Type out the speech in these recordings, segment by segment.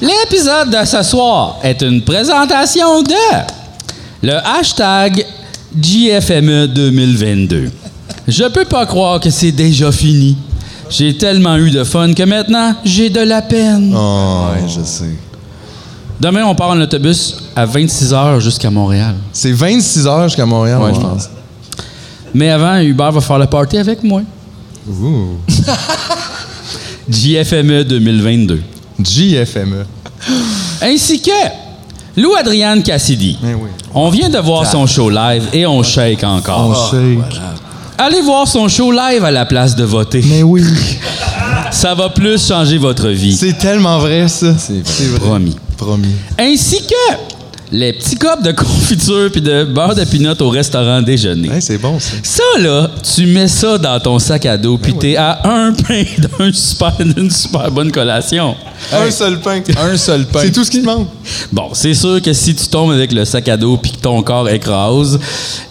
L'épisode de ce soir est une présentation de le hashtag JFME 2022. Je peux pas croire que c'est déjà fini. J'ai tellement eu de fun que maintenant, j'ai de la peine. Oh, ouais, je sais. Demain, on part en autobus à 26h jusqu'à Montréal. C'est 26 heures jusqu'à Montréal, moi, je pense. Mais avant, Hubert va faire le party avec moi. Ouh. JFME 2022. JFME. Ainsi que Lou Adriane Cassidy. Eh oui. On vient de voir son show live et on shake Oh, encore. Ah, Ah. Allez voir son show live à la place de voter. Mais oui. Ça va plus changer votre vie. C'est tellement vrai, ça. C'est Promis. Promis. Ainsi que les petits copes de confiture puis de beurre de pinot au restaurant déjeuner. Hey, c'est bon, ça. Ça, là, tu mets ça dans ton sac à dos, puis t'es à un pain d'un super- d'une super, bonne collation. Un seul pain. Un seul pain. C'est tout ce qu'il demande. Bon, c'est sûr que si tu tombes avec le sac à dos puis que ton corps écrase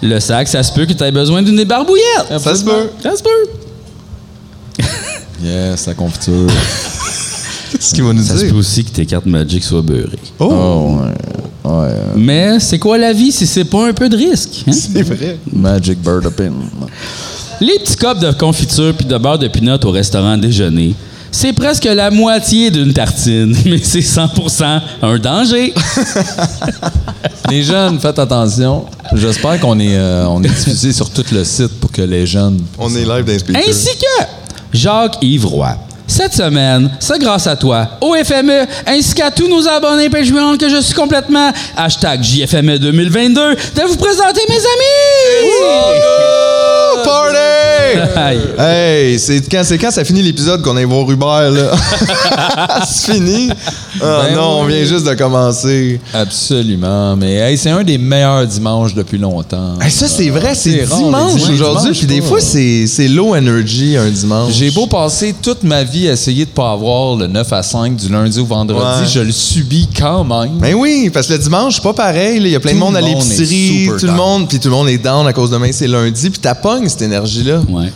le sac, ça se peut que tu aies besoin d'une barbouillette. Ça se peut. Ça se peut. Yes, la confiture. C'est ce qu'il va nous Ça se dire. peut aussi que tes cartes Magic soient beurrées. Oh, Oh, ouais. Ouais, euh, Mais c'est quoi la vie si c'est pas un peu de risque? hein? c'est vrai. Magic Bird of Pin. Les petits copes de confiture puis de beurre de pinot au restaurant déjeuner, c'est presque la moitié d'une tartine, mais c'est 100% un danger. Les jeunes, faites attention. J'espère qu'on est, euh, on est diffusé sur tout le site pour que les jeunes. On est live d'inspecteur. Ainsi que Jacques-Yves Roy. Cette semaine, c'est grâce à toi, au FME, ainsi qu'à tous nos abonnés Patreon que je suis complètement hashtag JFME 2022 de vous présenter mes amis! Oh, party! Aïe. Hey, c'est quand, c'est quand ça finit l'épisode qu'on aille voir Hubert, là? c'est fini? Ah Ben non, on oui. vient juste de commencer. Absolument. Mais hey, c'est un des meilleurs dimanches depuis longtemps. Hey, Ben, ça, c'est vrai, Ah, c'est c'est rare, les dimanche dimanches, aujourd'hui. dimanche, Puis des pas. fois, c'est c'est low energy un dimanche. J'ai beau passer toute ma vie à essayer de pas avoir le 9 à 5 du lundi au vendredi, Ouais. je le subis quand même. Ben oui, parce que le dimanche, c'est pas pareil. là. Il y a plein de Tout monde à le monde est l'épicerie, super tout le down. monde, puis tout le monde est down à cause demain, c'est lundi, puis t'appognes cette énergie-là. Ouais.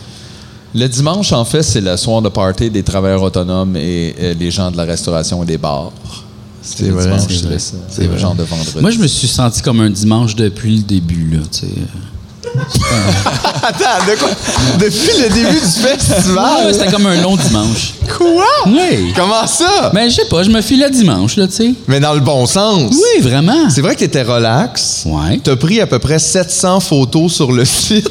Le dimanche, en fait, c'est le soir de party des travailleurs autonomes et, euh, les gens de la restauration et des bars. C'est vrai, dimanche, c'est je dirais ça. C'est le genre de vendredi. Moi, je me suis senti comme un dimanche depuis le début, là, tu sais. Attends, de quoi? Depuis le début du Ouais, festival? c'était comme un long dimanche. Quoi? Oui! Comment ça? Ben, je sais pas, je me file le dimanche, là, tu sais. Mais dans le bon sens. Oui, vraiment. C'est vrai que t'étais relax. Ouais. T'as pris à peu près 700 photos sur le site.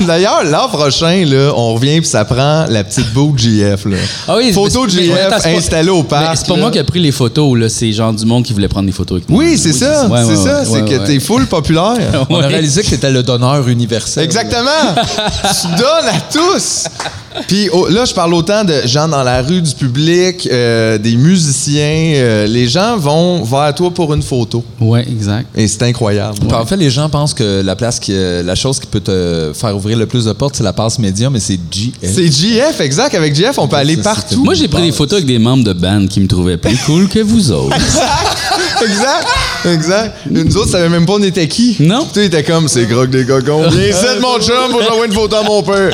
D'ailleurs, l'an prochain, là, on revient puis ça prend la petite boue GF. Là. Ah oui, Photo mais c'est- mais- mais GF attends, c'est pas- installée au parc. Mais C'est pas là. moi qui ai pris les photos, là. C'est genre du monde qui voulait prendre des photos avec moi. Oui, c'est ça. Ouais, c'est ouais, ça. ouais, c'est ouais, que ouais. t'es full populaire. On a Ouais. réalisé que c'était le donneur universel. Exactement. tu donnes à tous. Puis oh, là, je parle autant de gens dans la rue, du public, euh, des musiciens. euh, les gens vont vers toi pour une photo. Ouais, exact. Et c'est incroyable. Puis En fait, les gens pensent que la place, qui, euh, la chose qui peut te faire ouvrir le plus de portes, c'est la passe média, mais c'est GF. C'est GF, exact. Avec GF, on peut aller ça, partout. Moi, j'ai pris des photos avec des membres de band qui me trouvaient plus cool que vous autres. exact. Exact. Nous autres, savaient même pas on était qui. Non. Puis Toi, il était comme, c'est grog des cocons. Viens ici, mon chum, faut que j'envoie une photo à mon père.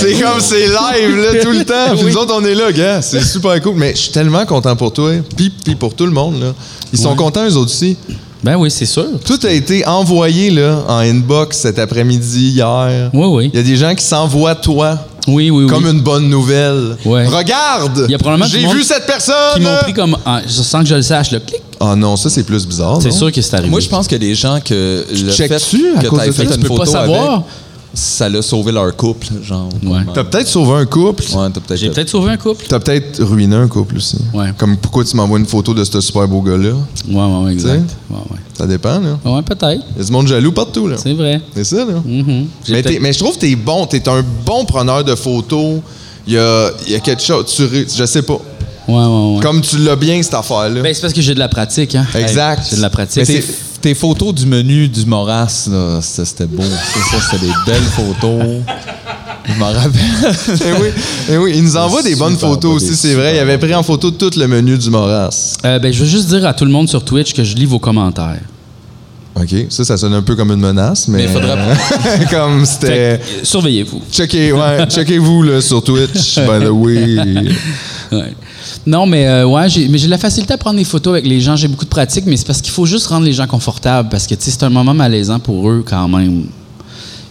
c'est comme, c'est live, là, tout le temps. Puis nous autres, on est là, gars. C'est super cool. Mais je suis tellement content pour toi. Puis, puis pour tout le monde, là. Ils sont contents, eux autres aussi. ben oui, c'est sûr. Tout a été envoyé, là, en inbox cet après-midi, hier. Oui, oui. Il y a des gens qui s'envoient toi. Oui, oui, oui. Comme une bonne nouvelle. Ouais. Regarde! Il y a probablement du J'ai monde vu cette personne! Qui m'ont pris comme. ah, je- sans que je le sache, le clic. Oh. Ah non, ça c'est plus bizarre. C'est non? sûr que c'est arrivé. Moi, je pense que les gens que le fait checkes-tu à que cause t'aies de fait ça? une Tu peux pas photo savoir. avec, ça l'a sauvé leur couple, genre. Ouais. T'as peut-être sauvé un couple. Ouais, t'as peut-être. J'ai peut-être sauvé un couple. T'as peut-être ruiné un couple aussi. Ouais. Comme pourquoi tu m'envoies une photo de ce super beau gars-là. Ouais, ouais, ouais, exact. Ouais, ouais. Ça dépend, là. Ouais, peut-être. Il y a du monde jaloux partout, là. C'est vrai. C'est ça, là. Mhm. J'ai Mais, peut-être- t'es- mais je trouve que t'es bon. T'es un bon preneur de photos. Il y a, il y a quelque chose. Tu, ré- je sais pas. Ouais, ouais, ouais. Comme tu l'as bien, cette affaire-là. Ben, c'est parce que j'ai de la pratique, hein. Exact. Hey, J'ai de la pratique. Mais Tes, c'est- tes photos du menu du Moras, là, ça, c'était beau. Ça, ça, c'était des belles photos. Je m'en rappelle. Eh oui, eh oui, il ben, nous envoie des Super bonnes photos beau, aussi, des c'est vrai. Il super avait pris en photo tout le menu du Moras. Euh, ben, je veux juste dire à tout le monde sur Twitch que je lis vos commentaires. OK. Ça, ça sonne un peu comme une menace, Mais mais. faudra- comme Fait c'était. que, euh, Surveillez-vous. Checkez, ouais, checkez-vous là, sur Twitch, by the way. Ouais. Non, mais euh, ouais, j'ai, mais j'ai de la facilité à prendre des photos avec les gens. J'ai beaucoup de pratique, mais c'est parce qu'il faut juste rendre les gens confortables parce que tu sais, c'est un moment malaisant pour eux quand même.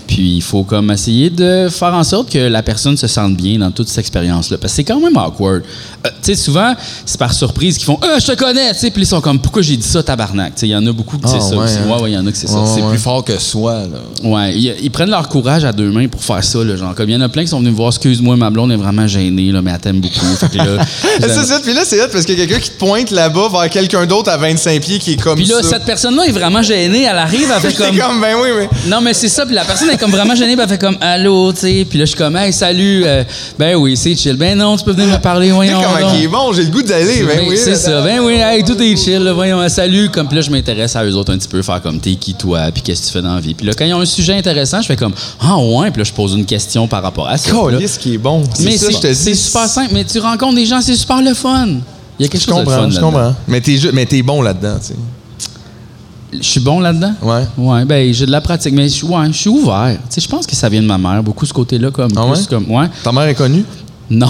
Puis il faut comme essayer de faire en sorte que la personne se sente bien dans toute cette expérience-là. Parce que c'est quand même awkward. Euh, tu sais, souvent, c'est par surprise qu'ils font Ah, je te connais! Tu sais, Puis ils sont comme Pourquoi j'ai dit ça, tabarnak? Tu sais, Il y en a beaucoup que c'est Ah, ça ouais, aussi. hein? Ouais, ouais, il y en a que c'est ça. Ouais, C'est ouais. Plus fort que soi, là. Ouais, ils, ils prennent leur courage à deux mains pour faire ça, là, genre. Comme il y en a plein qui sont venus me voir, excuse-moi, ma blonde est vraiment gênée, là, mais elle t'aime beaucoup. Fait que là, c'est ça, puis là, c'est hot parce qu'il y a quelqu'un qui te pointe là-bas vers quelqu'un d'autre à 25 pieds qui est comme puis là, ça. cette personne-là est vraiment gênée, elle arrive, elle fait J'étais comme. comme... ben oui, mais. Non, mais c'est ça, puis la personne est comme vraiment gênée, puis elle fait comme allô, tu sais. Puis là, je suis comme, hey, salut, euh, ben oui, c'est chill. Ben non, tu peux venir me parler, Tu sais voyons. comment donc. il est bon, j'ai le goût d'aller, ben Ben, oui. c'est là. ça. Ben oui, hey, tout est chill. là, voyons, euh, salut. Comme puis là, je m'intéresse à eux autres un petit peu, faire comme t'es qui toi, puis qu'est-ce que tu fais dans la vie. Puis là, quand ils ont un sujet intéressant, je fais comme ah ouais, puis là, je pose une question par rapport à ça. là. Calisse qui est bon. Mais C'est ça, je te c'est dis. c'est super simple. Mais tu rencontres des gens, c'est super le fun. Il y a quelque Je chose de fun. comprends, je là-dedans. comprends. Mais t'es ju- mais t'es bon là-dedans, tu sais. Je suis bon là-dedans. Ouais. Ouais, ben j'ai de la pratique, mais je ouais, je suis ouvert. Tu sais, je pense que ça vient de ma mère, beaucoup ce côté-là, comme Ah plus ouais? comme ouais. Ta mère est connue? Non,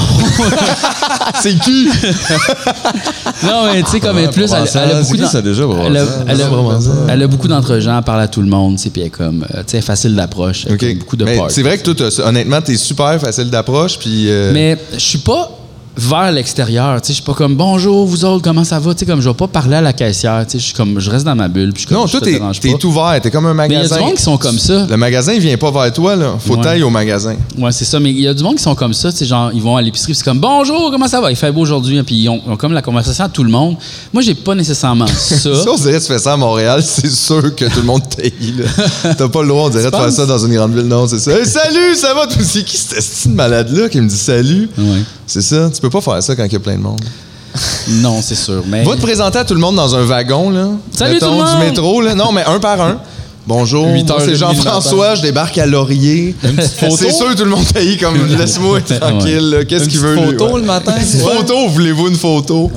C'est qui? non, mais tu sais comme elle est plus, elle, Provençal, elle a c'est beaucoup qui, d'en- ça, déjà, Provençal? elle a- elle a- C'est Provençal. elle a beaucoup d'entre gens, elle parle à tout le monde, tu sais, puis elle est comme, euh, tu sais, facile d'approche, elle OK. comme beaucoup de Mais parts. C'est vrai que toi, t'as- honnêtement, t'es super facile d'approche, puis. euh, Mais je suis pas vers l'extérieur, tu sais, je suis pas comme bonjour vous autres, comment ça va, tu sais, comme je vais pas parler à la caissière, tu sais, je suis comme, je reste dans ma bulle, puis je suis comme, Non, je toi, te t'es dérange t'es pas. ouvert, t'es comme un Mais il y a magasin. du monde qui sont comme ça. Le magasin, il vient pas vers toi, là. Faut Ouais. t'aille au magasin. Ouais, c'est ça. Mais il y a du monde qui sont comme ça. Tu sais, genre, ils vont à l'épicerie, puis c'est comme bonjour, comment ça va? Il fait beau aujourd'hui. hein, Puis ils ont, ils ont comme la conversation à tout le monde. Moi, j'ai pas nécessairement ça. Si on dirait que tu fais ça à Montréal, c'est sûr que tout le monde t'haït, là. T'as pas le droit, on dirait, de faire penses? ça dans une grande ville. Non, c'est ça. Hey, salut, ça va? Tout- C'est qui ce style malade-là qui me dit salut? Ouais. C'est ça. Tu peux pas faire ça quand il y a plein de monde. non, c'est sûr. Mais Va te présenter à tout le monde dans un wagon, là. Salut Mettons, tout le monde! du métro, là. Non, mais un par un. Bonjour, Huit moi, heures et c'est demie le Jean-François, matin. je débarque à Laurier. photo? C'est sûr, tout le monde taillit comme laisse-moi être tranquille, là. qu'est-ce Une qu'il petite veut lui, photo ouais. le matin? Une Ouais. photo, voulez-vous une photo?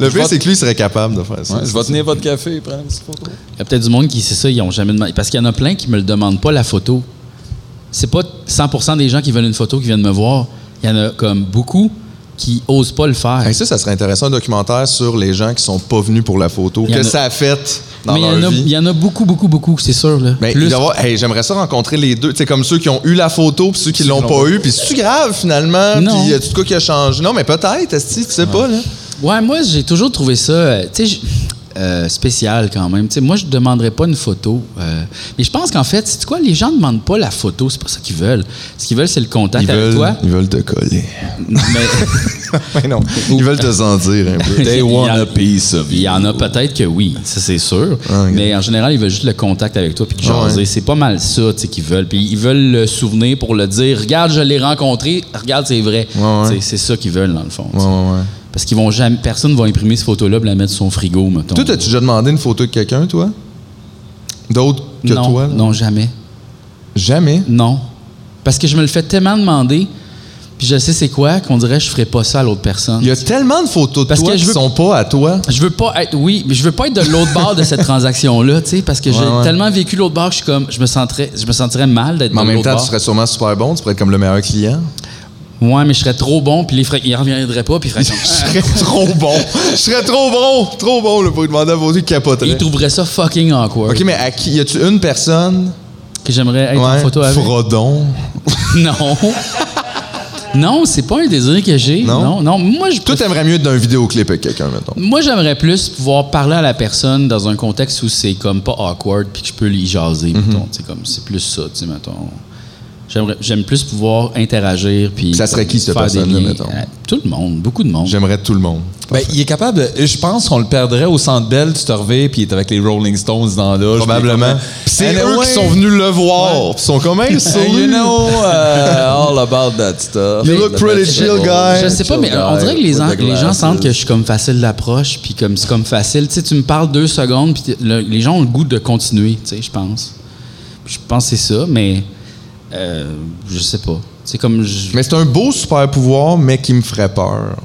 Le pire, c'est que lui, il serait capable de faire ça. Ouais, je vais tenir votre café et prendre une petite photo. il y a peut-être du monde qui, c'est ça, ils ont jamais demandé. Parce qu'il y en a plein qui me le demandent pas, la photo. C'est pas 100 des gens qui veulent une photo qui viennent me voir. Il y en a comme beaucoup qui osent pas le faire. Hey, ça, ça serait intéressant, un documentaire sur les gens qui sont pas venus pour la photo, Il y en que a- ça a fait dans mais il y, leur en a, il vie. y en a beaucoup, beaucoup, beaucoup, c'est sûr. Là. Mais Plus il doit y avoir- hey, j'aimerais ça rencontrer les deux. C'est comme ceux qui ont eu la photo puis ceux qui l'ont pas eu. Puis c'est-tu grave finalement? Non. Puis y a tout quoi qui a changé? Non, mais peut-être, Esti, tu sais pas, là. Ouais, moi, j'ai toujours trouvé ça euh, tu sais, j- euh, spécial quand même. Tu sais, moi, je ne demanderais pas une photo. euh, mais je pense qu'en fait, c'est quoi? Les gens ne demandent pas la photo. C'est pas ça qu'ils veulent. Ce qu'ils veulent, c'est le contact avec toi. ils veulent te coller. Mais Mais non, ils veulent te sentir un peu. They want a piece of il y en a peut-être que oui, ça c'est sûr. Ah, ok. Mais en général, ils veulent juste le contact avec toi puis te Ah, jaser. ouais. C'est pas mal ça tu sais, qu'ils veulent. Puis ils veulent le souvenir pour le dire. Regarde, je l'ai rencontré. Regarde, c'est vrai. ouais. Tu sais, C'est ça qu'ils veulent dans le fond. tu Ouais, sais. ouais, ouais. Parce qu'ils vont jamais, personne va imprimer cette photo-là et la mettre sur son frigo, mettons. Toi, t'as-tu déjà demandé une photo de quelqu'un, toi? D'autre que non, toi? là? non, jamais. Jamais? Non. Parce que je me le fais tellement demander, puis je sais c'est quoi, qu'on dirait que je ferais pas ça à l'autre personne. Il y a tellement de photos de Parce toi que je qui veux- sont pas à toi. Je veux pas être, oui, mais je veux pas être de l'autre bord de cette transaction-là, tu sais, parce que j'ai Ouais, ouais. tellement vécu l'autre bord que je suis comme, je me sentirais, je me sentirais mal d'être Mais en de même l'autre temps, tu bord. serais sûrement super bon, tu pourrais être comme le meilleur client. Ouais, mais je serais trop bon, puis les frais, ils reviendraient pas, puis ils feraient comme, Je serais trop bon. Je serais trop bon, trop bon là, pour lui demander à vos Ah. yeux ils capoterait. trouveraient ça fucking awkward. OK, mais à qui y a-tu une personne Que j'aimerais être en photo avec. Frodon. Non. non, c'est pas un désir que j'ai. Non? Non, non. Moi, je Toi, t'aimerais mieux être dans un vidéoclip avec quelqu'un, mettons. Moi, j'aimerais plus pouvoir parler à la personne dans un contexte où c'est comme pas awkward puis que je peux l'y jaser, Mhm. mettons. Tu sais, comme c'est plus ça, tu sais, mettons. J'aimerais- J'aime plus pouvoir interagir puis. Ça serait qui, cette faire des personne-là, liens. mettons? Euh, Tout le monde, beaucoup de monde. J'aimerais tout le monde. Ben, il est capable. de- Je pense qu'on le perdrait au centre Bell, tu te reviens, puis il est avec les Rolling Stones dans l'âge. Probablement. Puis C'est eux qui sont venus le voir. Puis Ils sont comme hey, salut. you know uh, all about that stuff. You look pretty chill, guy. Je sais pas, mais on dirait que les, en- les gens sentent que je suis comme facile d'approche, puis comme c'est comme facile. Tu sais, tu me parles deux secondes, puis t'es- le- les gens ont le goût de continuer, tu sais, je pense. Je pense que c'est ça, mais euh, je sais pas. C'est comme je- Mais c'est un beau super pouvoir, mais qui me ferait peur.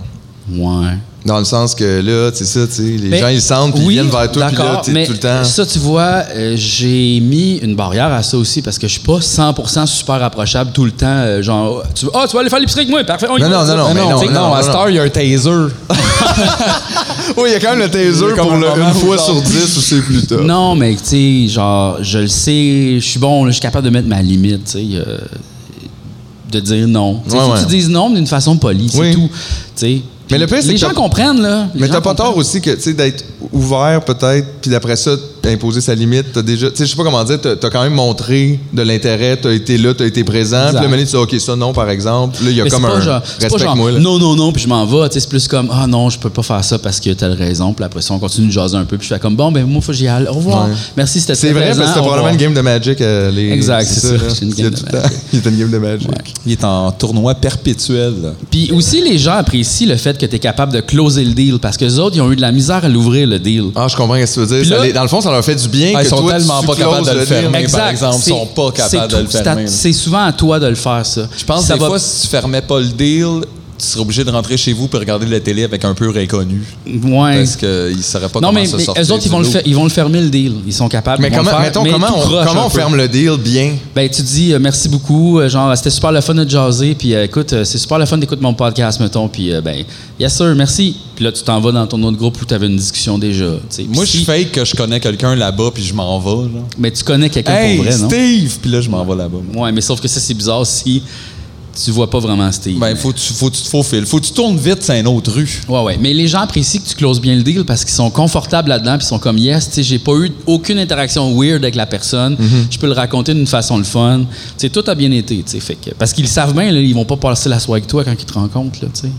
Ouais. Dans le sens que là, tu sais ça, tu sais, les Mais- gens ils sentent, puis Ben, oui, ils viennent vers toi, puis là, d'accord, t'es mais tout le temps. Ça, tu vois, euh, j'ai mis une barrière à ça aussi parce que je suis pas 100% super approchable tout le temps. euh, genre, tu, ah, tu vas aller faire l'épicerie avec moi, parfait. on y Non, va. non, non, non, Ah mais non, tu sais, non, à non. cette heure, il y a un taser. Oui, il y a quand même le taser comme pour un le moment une où fois genre- sur dix ou c'est plus tard. Non, mais tu sais, genre, je le sais, je suis bon, là, je suis capable de mettre ma limite, tu sais, euh, de dire non. Tu sais, Ouais, faut que ouais. tu dises non d'une façon polie, c'est Oui. tout. Tu sais. Mais le pire, c'est les que gens t'as- comprennent là. Les Mais gens t'as pas comprennent. tort aussi que, tu sais, d'être ouvert peut-être, puis d'après ça, imposer sa limite. T'as déjà, tu sais, je sais pas comment dire, t'as t'as quand même montré de l'intérêt, t'as été là, t'as été présent. Puis Exact. là, maintenant, tu dis, OK, ça, non, par exemple. Là, il y a Mais c'est comme pas un. genre, c'est pas genre Respecte-moi, là. non, non, non, puis je m'en vais. Tu sais, C'est plus comme, ah non, je peux pas faire ça parce que telle raison. Puis après ça, on continue de jaser un peu. Puis je fais comme, bon, ben moi, faut que j'y aille. Au revoir. Ouais. Merci, c'était C'est très vrai, parce plaisant. que c'était Au probablement revoir. une game de Magic. euh, les- Exact, c'est ça, là. c'est une Il y a game tout de le temps- Il y a une game de Magic. Il est en tournoi perpétuel. Puis aussi, les gens apprécient le fait que tu es capable de closer le deal parce que les autres, ils ont eu de la misère à l'ouvrir, le deal. Ah, je comprends ce que tu veux Puis dire. Ça là- les- dans le fond, ça leur fait du bien. Ah, ils que sont toi, tu tellement pas closes capables de le deal. fermer. Exact. par exemple, C'est- sont pas capables c'est de le tout. C'est à- fermer, là. C'est souvent à toi de le faire, ça. Je pense que ça des va- fois, si tu fermais pas le deal, tu serais obligé de rentrer chez vous pour regarder la télé avec un peu inconnu. Ouais. Parce qu'ils ne sauraient pas Non, comment mais, se mais sortir eux autres, ils du vont, le lot. faire- ils vont le fermer, le deal. Ils sont capables. Mais ils vont le comment, faire, mettons, mais comment tout on, croche comment un on peu. ferme le deal bien? Ben, tu dis euh, merci beaucoup. euh, genre, c'était super le fun de jaser. Puis euh, écoute, euh, c'est super le fun d'écouter mon podcast, mettons. Puis euh, ben, yes sir, merci. Puis là, tu t'en vas dans ton autre groupe où tu avais une discussion déjà. tu sais. Puis Moi, je si- fake que je connais quelqu'un là-bas, puis je m'en vais. Genre. Mais tu connais quelqu'un Hey, pour vrai, Steve! Puis là, je m'en vais là-bas. non? Ouais, mais sauf que ça, c'est bizarre si tu vois pas vraiment Steve. Ben, faut que tu, faut que tu te faufiles. Faut que tu tournes vite, c'est une autre rue. Ouais, ouais. Mais les gens apprécient que tu closes bien le deal parce qu'ils sont confortables là-dedans. Puis ils sont comme, yes, tu sais, j'ai pas eu aucune interaction weird avec la personne. Mhm. Je peux le raconter d'une façon le fun. Tu sais, tout a bien été. tu sais, Fait que, parce qu'ils savent bien, là, ils vont pas passer la soirée avec toi quand ils te rencontrent. Là, tu sais.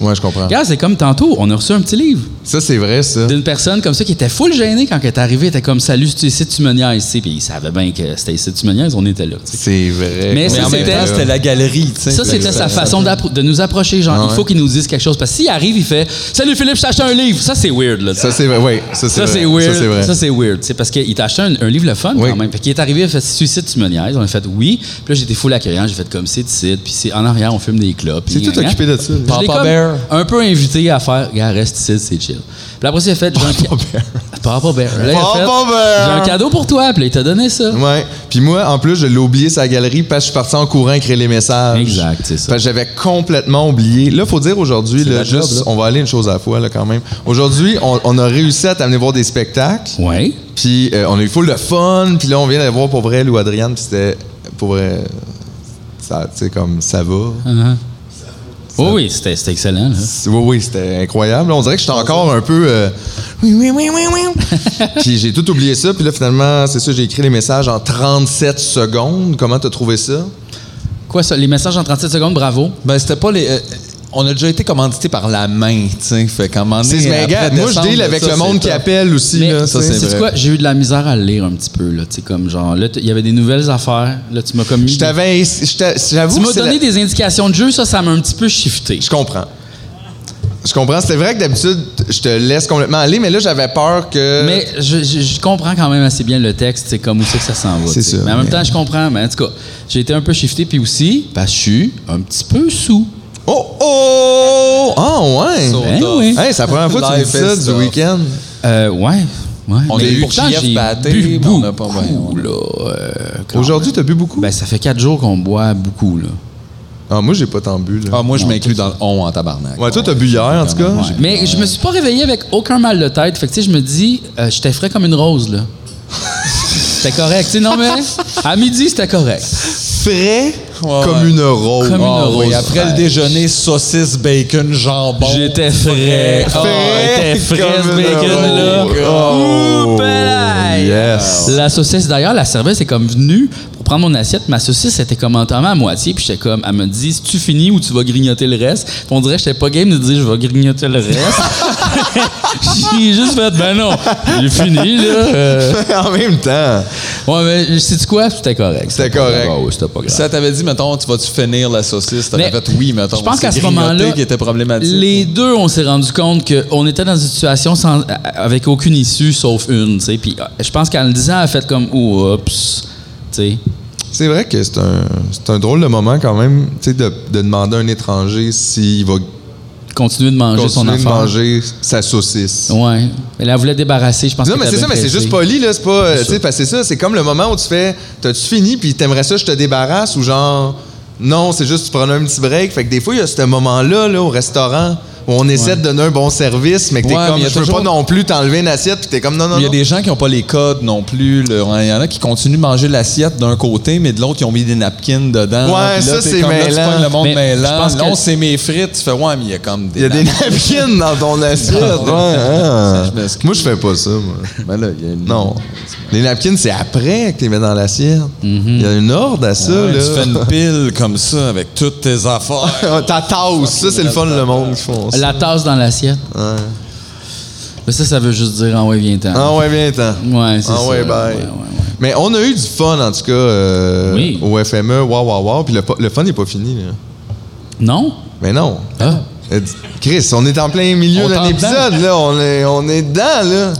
Ouais, je comprends. Regarde, c'est comme tantôt, on a reçu un petit livre Ça, c'est vrai, ça. d'une personne comme ça qui était full gênée quand elle est arrivée. Elle était comme Salut, c'est ici, tu me niaises. tu sais. Puis il savait bien que c'était ici, tu me niaises, on était là. tu sais. C'est vrai. Mais Mais ça, en même c'était- temps, c'était la galerie. tu sais. Ça, c'était sa façon d'appro- de nous approcher. Genre, Ah ouais. il faut qu'il nous dise quelque chose. Parce que s'il arrive, il fait Salut Philippe, je t'ai acheté un livre. Ça, c'est weird. Là, Ça, c'est vrai. Oui, ça, c'est ça, vrai. c'est Ça, c'est vrai. weird. Ça, c'est weird. C'est parce qu'il t'a acheté un, un livre le fun Oui. quand même. Fait qu'il est arrivé, il a fait Suicide, tu me niaises. On a fait oui. Puis là, j'étais full accueillant. J'ai fait comme c'est ici. Puis c'est en arrière, on fume des clubs. C'est tout occupé de ça. Je l'ai Papa comme Bear. Un peu invité à faire, gars, reste ici, c'est chill. Puis après, ça, il a fait. Papa Bear. Papa Bear. Là, il a fait, Papa Bear. J'ai un cadeau pour toi. Puis là, il t'a donné ça. Ouais. Puis moi, en plus, je l'ai oublié sa galerie parce que je suis parti en courant créer les messages. Exact, c'est ça. Parce que j'avais complètement oublié. Là, faut dire aujourd'hui, C'est là, la job, juste, là. on va aller une chose à la fois, là, quand même. Aujourd'hui, on, on a réussi à t'amener voir des spectacles. Ouais. Puis euh, on a eu full de fun. Puis là, on vient d'aller voir pour vrai Lou Adriane. Puis c'était pour vrai. Ça, tu sais, comme ça va. Uh-huh. Oh oui, c'était c'était excellent. là. C'est- Oui, oui, c'était incroyable. On dirait que j'étais encore un peu. euh, oui, oui, oui, oui, oui. puis j'ai tout oublié ça. Puis là, finalement, c'est ça, j'ai écrit les messages en 37 secondes. Comment t'as trouvé ça? Quoi ça? Les messages en 37 secondes, bravo. Ben, c'était pas les. euh, on a déjà été commandité par la main, tu sais. Fait qu'à un moment donné, C'est mais après gars, moi, je descendre deal de avec ça, le monde c'est qui top. appelle aussi. Mais là, ça, tu sais. c'est quoi? J'ai eu de la misère à le lire un petit peu, là. Tu sais, comme genre, là, t- il y avait des nouvelles affaires. Là, tu m'as comme mis. Je t'avais. je t'a- J'avoue Tu que m'as c'est donné la- des indications de jeu, ça, ça m'a un petit peu shifté. Je comprends. Je comprends. C'était vrai que d'habitude, je te laisse complètement aller, mais là, j'avais peur que. Mais je, je- je comprends quand même assez bien le texte, c'est comme où c'est que ça s'en va. C'est tu sais. ça, Mais en même mais- temps, je comprends. Mais en tout cas, j'ai été un peu shifté, puis aussi, parce que je suis un petit peu sous. Oh, oh! Ah, ouais! So Ben tough. oui. Hey, c'est la première fois que tu me dis Life is ça du tough. week-end. Euh, ouais. ouais. On Mais a eu pourtant, JF j'ai Batté, bu mais on beaucoup, n'a pas- ouais, ouais. là, euh, quand- Aujourd'hui, t'as bu beaucoup? Ben, ça fait quatre jours qu'on boit beaucoup, là. Ah, moi, j'ai pas tant bu, là. Ah, moi, je m'inclus dans le on en tabarnak. Ouais, toi, t'as bu hier, en tout cas. Ouais. J'ai- Mais je me suis pas réveillé avec aucun mal de tête. Fait que, tu sais, je me dis, euh, j'étais frais comme une rose, là. c'était correct. Tu sais, non, mais à midi, c'était correct. Frais Ouais, comme ouais. une rose. Comme une Ah rose. oui, après le déjeuner, saucisse, bacon, jambon. J'étais frais. Oh, j'étais frais, ce comme une bacon, là. Oh, rose. Ouh, pelaille. yes. La saucisse, d'ailleurs, la serveuse est comme venue pour prendre mon assiette. Ma saucisse était comme entamée à moitié. Puis j'étais comme, elle me dit, si tu finis ou tu vas grignoter le reste. Puis on dirait que j'étais pas game de dire, je vais grignoter le reste. J'ai juste fait, ben non, j'ai fini, là. Euh, en même temps. Ouais, mais sais-tu quoi? C'était correct. C'était pas correct. grave. Ouais, c'était pas grave. Ça t'avait dit, mettons, tu vas-tu finir la saucisse? T'avais Mais fait oui, mettons. Je pense C'est qu'à ce grignoter moment-là, qui était problématique. les deux, on s'est rendu compte qu'on était dans une situation sans, avec aucune issue sauf une, tu sais. Puis euh, je pense qu'en le disant, elle a fait comme oups, tu sais. C'est vrai que c'est un, c'est un drôle de moment quand même, tu sais, de, de demander à un étranger s'il va continuer de manger son Continuer de enfant. manger sa saucisse. Ouais. Mais là, elle voulait débarrasser, je pense. Non, qu'elle mais c'est était ça, mais bien c'est pressée. juste poli, là. C'est pas. euh, C'est Tu sais, parce que c'est ça, c'est comme le moment où tu fais. T'as-tu fini, puis t'aimerais ça, je te débarrasse, ou genre. Non, c'est juste, tu prends un petit break. Fait que des fois, il y a ce moment-là, là, au restaurant, où on essaie de donner un bon service, mais que t'es Ouais, comme. mais il y a Je veux toujours- pas non plus t'enlever une assiette, puis t'es comme, non, non, Il y a non. des gens qui n'ont pas les codes non plus. là. Il y en a qui continuent de manger l'assiette d'un côté, mais de l'autre, ils ont mis des napkins dedans. Ouais, Puis là, ça, t'es c'est comme, là, tu mêlant. pognes le monde Mais je mêlant. pense que- Non, c'est mes frites. Tu fais, ouais, mais il y a comme des. Il y a des napkins. napkins dans ton assiette. ouais, hein. Ça, je m'excuse. Moi, je fais pas ça, moi. Ben là, il y a une- Non. Les napkins, c'est après que tu les mets dans l'assiette. Il y a une ordre à ça, Ouais, là. tu fais une pile comme ça avec toutes tes affaires. Ta tasse, ça, c'est le fun, le monde qui font ça. La tasse dans l'assiette. Ouais. Mais ça, ça veut juste dire envoie viens ten Ah ouais, bien temps. Ouais, c'est Ah ça. ouais, bye. Ouais, ouais, ouais. Mais on a eu du fun, en tout cas, euh, Oui. au FME. Waouh, waouh, waouh. Puis le, po- le fun n'est pas fini, là. Non? Mais non. Ah. Euh, Chris, on est en plein milieu On d'un t'entend. épisode, là. On est, on est dedans, là.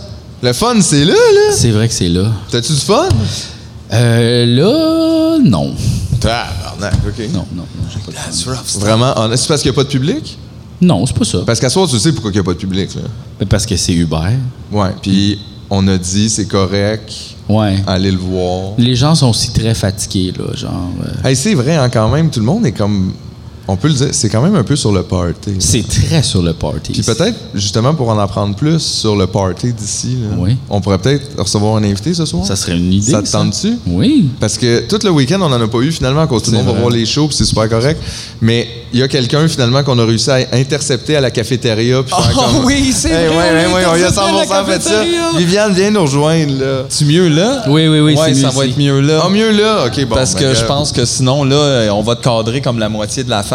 Le fun, c'est là, là. C'est vrai que c'est là. T'as-tu du fun? Euh, là, non. Tabarnak, OK. Non, non, non, j'ai pas Oh, de fun. Vraiment, honnête. c'est parce qu'il n'y a pas de public? Non, c'est pas ça. Parce qu'à soir, tu sais pourquoi il n'y a pas de public, là. Mais Parce que c'est Uber. Ouais, puis on a dit c'est correct, Ouais. allez le voir. Les gens sont aussi très fatigués, là, genre. euh, Hey, c'est vrai hein, quand même, tout le monde est comme on peut le dire, c'est quand même un peu sur le party. c'est très sur le party. Puis peut-être justement pour en apprendre plus sur le party d'ici, là, Oui. on pourrait peut-être recevoir un invité ce soir. Ça serait une idée. Ça te tente-tu? Oui. Parce que tout le week-end, on n'en a pas eu finalement, à cause tout le monde va vrai. voir les shows, puis c'est super correct. Mais il y a quelqu'un finalement qu'on a réussi à intercepter à la cafétéria. Puis faire Oh, comme... oui, c'est Hey, Eh, ouais, ouais, ouais, on y a t'as 100% fait ça. cafétéria. Viviane, viens nous rejoindre, là. C'est mieux là? Oui, oui, oui, Ouais, c'est ça mieux va ici. être mieux là. Ah, mieux là, ok, bon. Parce ben, que gars. je pense que sinon, là, euh, on va te cadrer comme la moitié de la face.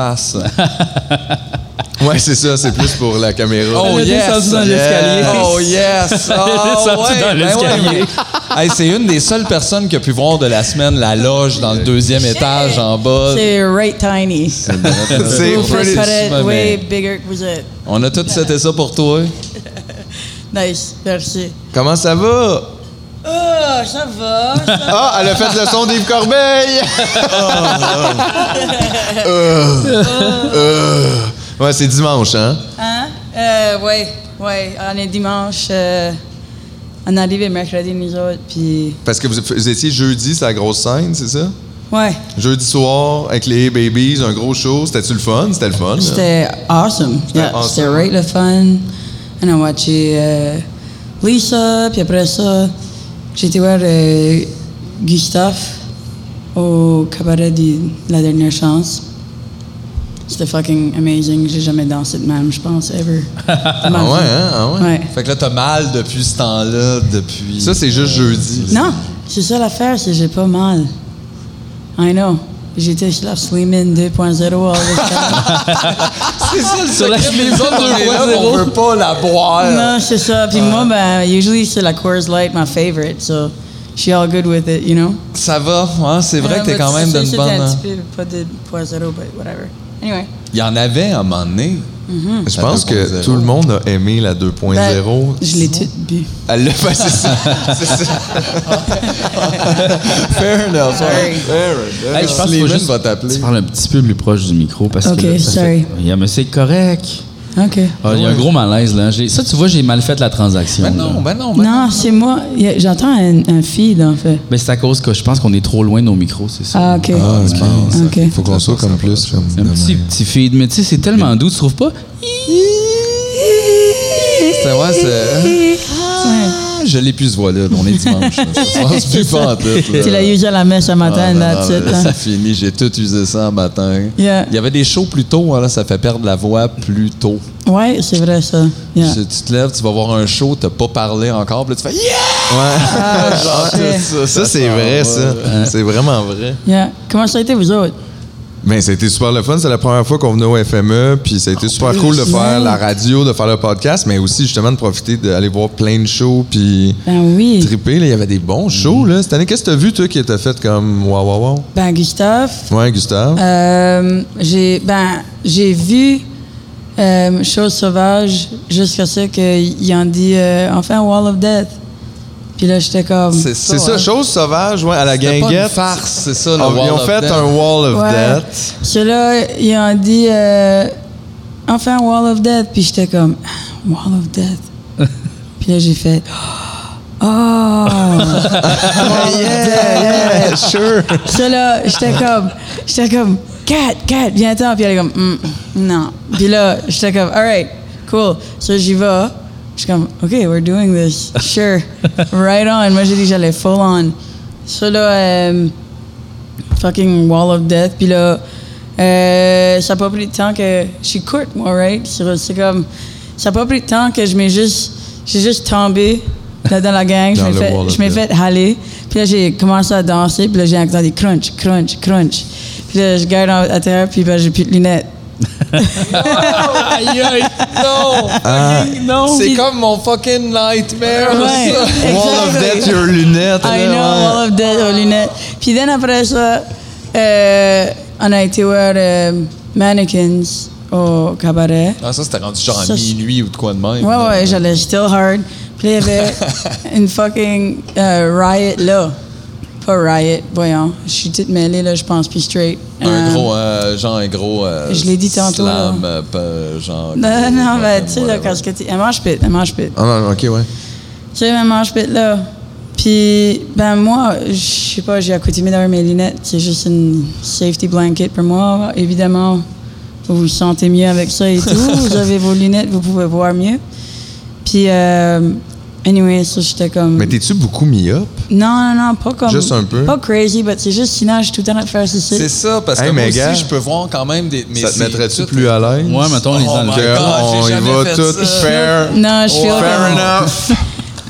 Ouais, c'est ça, c'est plus pour la caméra. Oh, Elle a yes! descendu dans l'escalier. Oh yes! Elle est Oh, descendue ouais, dans ben l'escalier. ouais. Hey, c'est une des seules personnes qui a pu voir de la semaine la loge dans le deuxième étage en bas. C'est right tiny. C'est Vous pretty- ferez small, way man. bigger que vous êtes. On a tout seté ça pour toi. Nice, merci. Comment ça va? Oh, ça va. ça va. Ah, elle a fait le son d'Yves Corbeil! Euh, euh. Ouais, c'est dimanche, hein? Hein? Euh, ouais, ouais. On est dimanche. euh, on arrive le mercredi, nous autres, puis... Parce que vous, vous étiez jeudi, c'est la grosse scène, c'est ça? Ouais, Jeudi soir, avec les Babies, un gros show. C'était-tu le fun? C'était le fun? là? c'était awesome. Yeah, awesome. C'était right le fun. On a watché euh, Lisa, puis après ça, j'ai été voir euh, Gustave au cabaret de La Dernière Chance. C'était fucking amazing. J'ai jamais dansé de même, je pense, ever. ah Ah ouais, hein? Ah ouais? Ouais. Fait que là, t'as mal depuis ce temps-là, depuis. Ça, c'est juste jeudi. Non, c'est ça l'affaire, c'est que j'ai pas mal. I know. J'étais Schlaf Sleeman 2.0 all the time. C'est ça le Sur la secret. Les chemise autres, on est 2.0. là, on veut pas la boire. non, c'est ça. Puis Uh. moi, ben, usually c'est la Coors Light, my favorite, so she all good with it, you know? Ça va, hein? c'est vrai que t'es quand même d'une C'était bonne. euh, hein. un petit peu, pas de 2.0, but whatever. Anyway. Il y en avait à un moment donné. Mhm. Je pense que 2.0. tout le monde a aimé la 2.0. Ben, je l'ai tout bu. Elle l'a fait, c'est ça. C'est ça. Fair enough. Sorry. Hey, je pense qu'il faut juste- va Tu t'appeler. parles un petit peu plus proche du micro parce Ok, que. là, ça sorry. fait- Yeah, mais c'est correct. OK. Ah, Il y a un gros malaise, là. J'ai- Ça, tu vois, j'ai mal fait la transaction. Ben non, là. ben non, ben non. Non, c'est moi. Il y a- J'entends un, un feed, en fait. Mais c'est à cause que je pense qu'on est trop loin de nos micros, c'est ça. Ah, OK. Ah, ok. OK. Faut qu'on soit comme plus. Comme Un petit, petit feed, mais tu sais, c'est tellement doux, tu trouves pas? C'est ouais, c'est. Ouais. Ah, je l'ai plus ce voix-là. On est dimanche. là. Ça se passe plus pas en Ah, tête. Tu l'as usé à la messe ce matin, là, tu sais. C'est fini. J'ai tout usé ça en matin. hein. Yeah. Il y avait des shows plus tôt. hein, là, ça fait perdre la voix plus tôt. Ouais, c'est vrai ça. Yeah. Tu, tu te lèves, tu vas voir un show, t'as pas parlé encore. Puis là, tu fais Yeah! Ah, shit. Ça, Ça, c'est vrai, ça. C'est vraiment vrai. Yeah. Comment ça a été, vous autres? Ben, ça a été super le fun. C'est la première fois qu'on venait au FME, puis ça a été super cool de faire la radio, de faire le podcast, mais aussi justement de profiter d'aller voir plein de shows, puis Ben oui. triper. là. Il y avait des bons shows là. cette année. Qu'est-ce que t'as vu toi qui t'a fait comme waouh waouh waouh? Ben, Gustave, Ouais, Gustave. Euh, j'ai ben j'ai vu euh, Chose sauvage jusqu'à ce qu'ils ont dit euh, enfin Wall of Death. Puis là j'étais comme c'est ça, hein. chose sauvage, ouais, à la C'était pas une guinguette. farce, c'est ça. Le Ah, Wall ils ont of fait Death. un wall of ouais. death. Ceux-là ils ont dit euh, enfin Wall of Death. Puis j'étais comme, Wall of Death. Puis là, j'ai fait, oh! yeah, yeah, sure. Ça là, j'étais comme, j'étais comme, Cat, Cat, viens-t'en. Puis elle est comme, Hmm, non. Puis là, j'étais comme, alright, cool. Ça, j'y vais. Je suis comme, OK, we're doing this. Sure. right on. Moi, j'ai dit que j'allais full on. Ça là, euh, fucking wall of death. Puis là, euh, ça n'a pas pris de temps que. Je suis courte, moi, right? C'est c'est comme. Ça n'a pas pris de temps que je m'ai juste. J'ai juste tombé là, dans la gang. Je Dans m'ai le fait, wall of je m'ai death. fait haler. Puis là, j'ai commencé à danser. Puis là, j'ai entendu crunch, crunch, crunch. Puis là, je garde en- à terre. Puis ben, j'ai plus de lunettes. Aïe, aïe, non! fucking non! Ah, C'est comme mon fucking nightmare. Ouais, ça. Wall of exactly. Death, your lunettes. I know, là, ouais. all of that, aux lunettes. Puis then après ça, euh, on a été voir euh, Mannequins au cabaret. Ah, ça, c'était rendu genre à Ça, c'est- minuit ou de quoi de même. Ouais, là. euh, ouais, j'allais still hard. Puis il y avait une fucking euh, riot là. Pas riot, voyons. Je suis toute mêlée là, je pense, puis straight. Un Euh, gros, euh, genre un gros. euh, Je l'ai dit tantôt, là. Slam, euh, pas- genre. Non, gros, euh, non, mais fucking tu sais, là, whatever. Oh. quand je t'ai- Elle mange pit, elle mange pit. Ah non, ok, ouais. Tu sais, maman, je pète là. Puis, ben moi, je sais pas, j'ai accoutumé d'avoir mes lunettes. C'est juste une safety blanket pour moi. Évidemment, vous vous sentez mieux avec ça et tout. vous avez vos lunettes, vous pouvez voir mieux. Puis, euh, anyway, ça, j'étais comme... Mais t'es-tu beaucoup mis-up? Non, non, non, pas comme... Juste un peu. Pas crazy, mais c'est juste sinon, je suis tout le temps en train de faire ceci. C'est ça, parce que Hey, moi mais aussi, gars, je peux voir quand même des. mais Ça te c'est mettrait-tu tout- plus à l'aise? Ouais, mettons, les Oh enlève. my God, on j'ai y jamais va fait tout ça. fair. Non, je fais... Fair enough.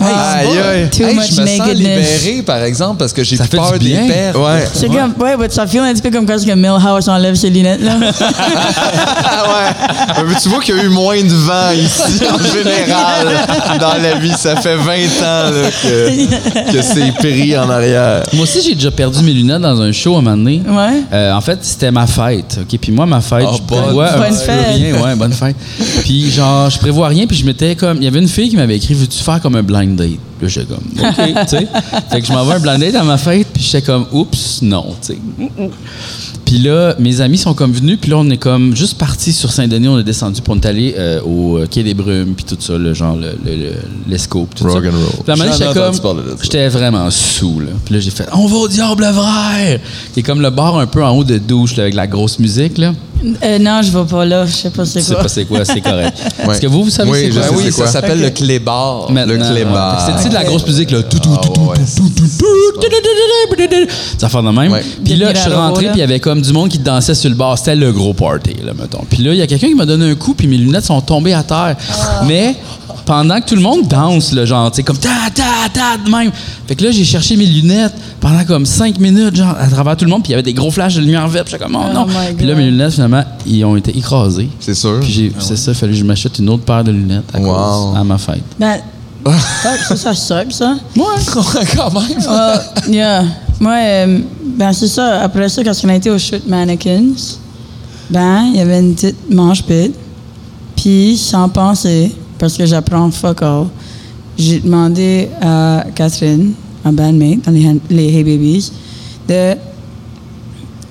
Aïe, aïe. Too Ah, Hey, much je me sens nakedness. libéré, par exemple, parce que j'ai Ça plus fait du peur des bien. pertes. Ouais. C'est comme, ouais, mais ça feel un petit peu comme quand que Millhouse enlève ses lunettes, là. Ah ouais. Mais tu vois qu'il y a eu moins de vent ici en général dans la vie. Ça fait 20 ans là, que, que c'est pris en arrière. Moi aussi, j'ai déjà perdu mes lunettes dans un show à un moment donné. Ouais. Euh, en fait, c'était ma fête. OK, puis moi, ma fête, Oh, je bonne prévois un fête. petit Bonne peu fête. rien. Ouais, bonne fête. puis genre, je prévois rien, puis je m'étais comme... Il y avait une fille qui m'avait écrit « Veux-tu faire comme un blind date? » Là, j'étais comme « OK, tu sais. » Fait que je m'envoie un blind date à ma fête, puis j'étais comme « Oups, non, tu sais. » Puis là, mes amis sont comme venus, puis là, on est comme juste parti sur Saint-Denis, on est descendu, pour on est allé euh, au Quai des Brumes, puis tout ça, le genre, le- le- le- l'escope, tout ça. Rock and roll. Puis à un moment donné, J'en ai j'étais entendu comme- parler de ça. j'étais J'étais vraiment saoul. là. Puis là, j'ai fait On va au diable vrai! Qui est comme le bar un peu en haut de douche là, avec la grosse musique. Là. Euh, non, je vais pas là. Je sais pas Je c'est sais quoi. pas c'est quoi, c'est correct. Est-ce que vous, vous savez Oui, c'est je quoi? sais Ah c'est oui, quoi. ça s'appelle Ok. le clébar. Maintenant, Le clébar. ouais. Fait que C'est de la grosse musique, là. Tout, tout, tout, tout, ouais, tout, c'est- tout, tout, tout, tout, tout, tout, tout, tout. Ça fait de même. Ouais. Puis là, je suis Devenir un robot, rentré, là. puis il y avait comme du monde qui dansait sur le bar. C'était le gros party, là, mettons. Puis là, il y a quelqu'un qui m'a donné un coup, puis mes lunettes sont tombées à terre. Ah. Mais pendant que tout le monde danse, le genre, tu sais, comme ta, ta, ta, de même. Fait que là, j'ai cherché mes lunettes pendant comme cinq minutes, genre, à travers tout le monde, puis il y avait des gros flashs de lumière verte. Puis j'étais comme, oh Oh non. my Puis là, God. mes lunettes, finalement, ils ont été écrasées. C'est sûr. Puis j'ai- c'est ça, il fallait que je m'achète une autre paire de lunettes à, Wow. cause- à ma fête. Ben, fuck, ça, ça suck, ça. Moi, quand même. Euh, yeah. Moi, euh, ben, c'est ça. Après ça, quand on a été au shoot Mannequins, ben, il y avait une petite manche pit. Puis, sans penser, parce que j'apprends fuck all, j'ai demandé à Catherine, ma bandmate, dans les, Han- les Hey Babies, de.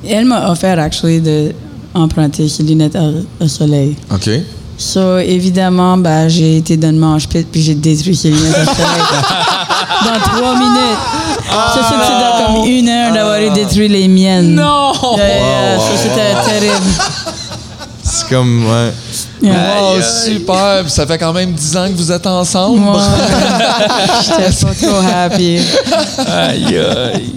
Elle m'a offert, actually, d'emprunter ses lunettes à- au soleil. OK. So, évidemment, ben, j'ai été dans le manche pit puis j'ai détruit ses lunettes à soleil. dans trois minutes. ça, Ah. c'était dans comme une heure d'avoir eu détruit les miennes. Non! Yeah, yeah, ça, c'était terrible. C'est comme. Ouais. Yeah. Oh, super. Puis Ça fait quand même 10 ans que vous êtes ensemble. Moi, j'étais pas trop happy. Aïe, aïe.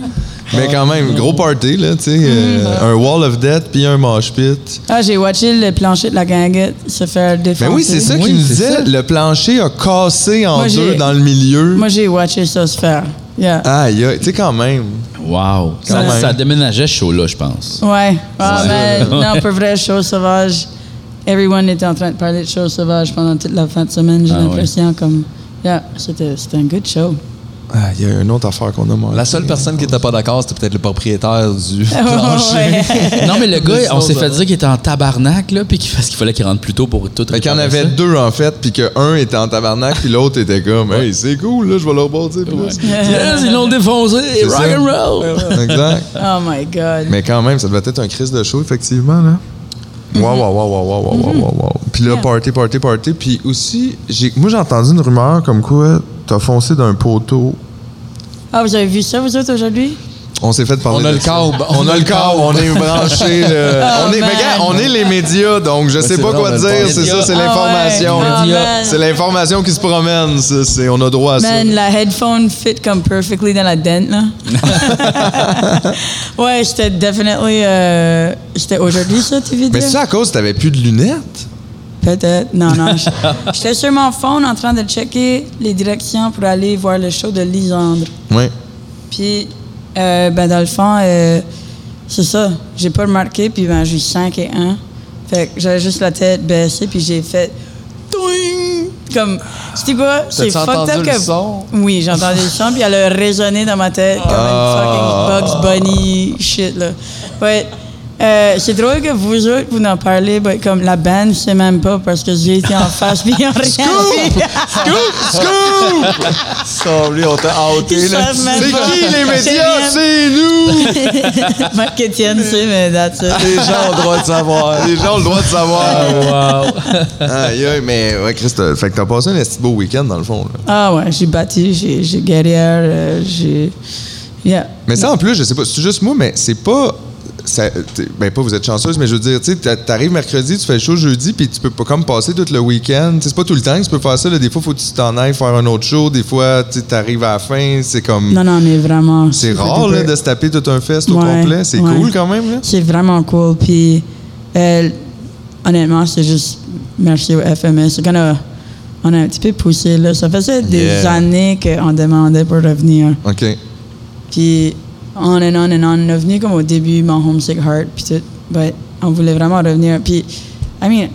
Mais quand même, gros party, là, tu sais. Mhm. euh, un wall of death puis un mosh pit. Ah, j'ai watché le plancher de la ganguette se faire défoncer. Mais Ben oui, c'est ça Oui, qu'il nous c'est disait. ça. Le plancher a cassé en Moi, deux j'ai- dans le milieu. Moi, j'ai watché ça se faire. Yeah. Aïe, aïe. Tu sais, quand même. Wow! Ça, même. ça déménageait chaud là, je pense. Ouais. Ah, mais non, pour vrai, show sauvage. Everyone était en train de parler de show sauvage pendant toute la fin de semaine. J'ai Ah, ouais. l'impression comme. Yeah, c'était c'était un good show. Ah, il y a une autre affaire qu'on a manquée. La seule personne qui n'était pas d'accord, c'était peut-être le propriétaire du Ah, Ouais. plancher. Non, mais le gars, on s'est fait euh, Bizarre. dire qu'il était en tabarnak, là, puis qu'il parce qu'il fallait qu'il rentre plus tôt pour tout Fait qu'il y en réparer avait ça. deux, en fait, puis que un était en tabarnak, puis l'autre était comme, hey, c'est cool, là, je vais le rebondir. puis là, Yes, ils l'ont défoncé! Rock ça. and roll! Exact. Oh my God. Mais quand même, ça devait être un crise de show, effectivement, là. Mhm. Wow, wow, wow, wow, wow, wow, wow, wow, wow. Puis là, Yeah. party, party, party. Puis aussi, j'ai- moi, j'ai entendu une rumeur comme quoi t'as foncé d'un poteau. Ah, vous avez vu ça, vous autres, aujourd'hui? On s'est fait parler. On a de le ben, ça. câble. On a le câble. On est branché. on est, mais Oh, man. gars, on est les médias, donc je sais Ben, c'est pas vrai, on quoi a le dire. bon C'est média. ça, c'est Ah ouais. l'information. Ah, man. c'est l'information qui se promène. ça, c'est- on a droit à ça. Man, la headphone fit comme perfectly dans la dent, là. ouais, j'étais definitely. euh, j'étais aujourd'hui, ça, tu veux Mais dire? c'est à cause que t'avais plus de lunettes? Peut-être. Non, non. j- J'étais sur mon phone en train de checker les directions pour aller voir le show de Lisandre. Oui. Puis, euh, ben, dans le fond, euh, c'est ça. J'ai pas remarqué, puis ben, j'ai eu 5 et 1. Fait que j'avais juste la tête baissée, puis j'ai fait. Toing! Comme, c'était quoi? C'est T'as-tu entendu le son? Oui, j'ai entendu le son, puis elle a résonné dans ma tête comme Ah. une fucking Bugs Bunny shit, là. Ouais. Euh, c'est drôle que vous autres, vous en parlez, mais comme la band, je sais même pas parce que j'ai été en face, puis ils ont rien vu. Semblé, on t'a outé, Ils là. savent même C'est pas. qui les C'est médias? rien. C'est nous! Marc Etienne, c'est, mais that's it. Les gens ont le droit de savoir. Ah. Les gens ont le droit de savoir. Wow. Aïe, aïe, mais ouais, Chris, t'as- fait que t'as passé un esti beau week-end dans le fond. là. Ah ouais, j'ai battu, j'ai j'ai guerrière, euh, j'ai. Yeah. Mais ça, en plus, je sais pas, c'est juste moi, mais c'est pas. ça- t'es- ben pas vous êtes chanceuse, mais je veux dire, tu sais, t'a- t'arrives mercredi, tu fais le show jeudi, puis tu peux pas comme passer tout le week-end. Tu sais, C'est pas tout le temps que tu peux faire ça. là. Des fois, faut que tu t'en ailles faire un autre show. Des fois, tu sais, t'arrives à la fin. C'est comme. Non, non, mais vraiment. C'est super rare là, duper. de se taper tout un fest au Ouais, complet. C'est ouais. cool quand même. Là. C'est vraiment cool. Puis, euh, honnêtement, c'est juste merci au FMS. C'est qu'on a- on a un petit peu poussé. Là. Ça faisait des Yeah. années qu'on demandait pour revenir. OK. Puis, on and on and on. On est revenu comme au début, mon Homesick Heart, puis tout. But on voulait vraiment revenir. Puis, I mean,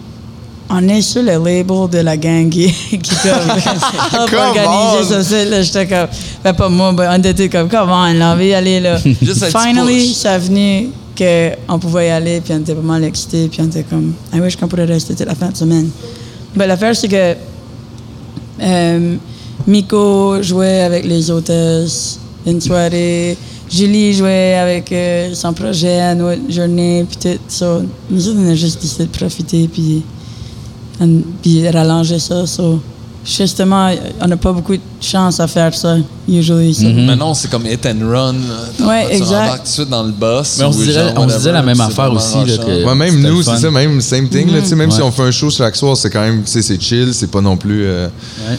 on est sur le label de la gang qui, qui comme, Come a organisé on! ça. c'est- Là, j'étais comme, ben pas moi, ben on était comme, comment on a envie d'aller là. Juste un petit Finally, push. c'est venu qu'on pouvait y aller, puis on était vraiment excités, puis on était comme, I wish qu'on pourrait rester toute la fin de semaine. Ben, l'affaire, c'est que euh, Miko jouait avec les hôtesses une soirée. Julie jouait avec euh, son projet une autre journée. Puis tout. So, nous autres, on a juste décidé de profiter puis, on- puis rallonger ça. So, justement, on n'a pas beaucoup de chance à faire ça, Euh, usually. so. Mhm. Mais non, Mm-hmm. c'est comme hit and run. là. T'en- Ouais, tu exact. embarques tout de suite dans le boss. Mais on ou se dirait- genre on se whatever, disait la même puis c'est affaire vraiment hein. aussi, là, rushant. que- Ouais, même C'était nous, le c'est fun. Mm-hmm. ça, même same thing. là, tu sais, même si Ouais. on fait un show chaque soir, c'est quand même, tu sais, c'est chill, c'est pas non plus. euh,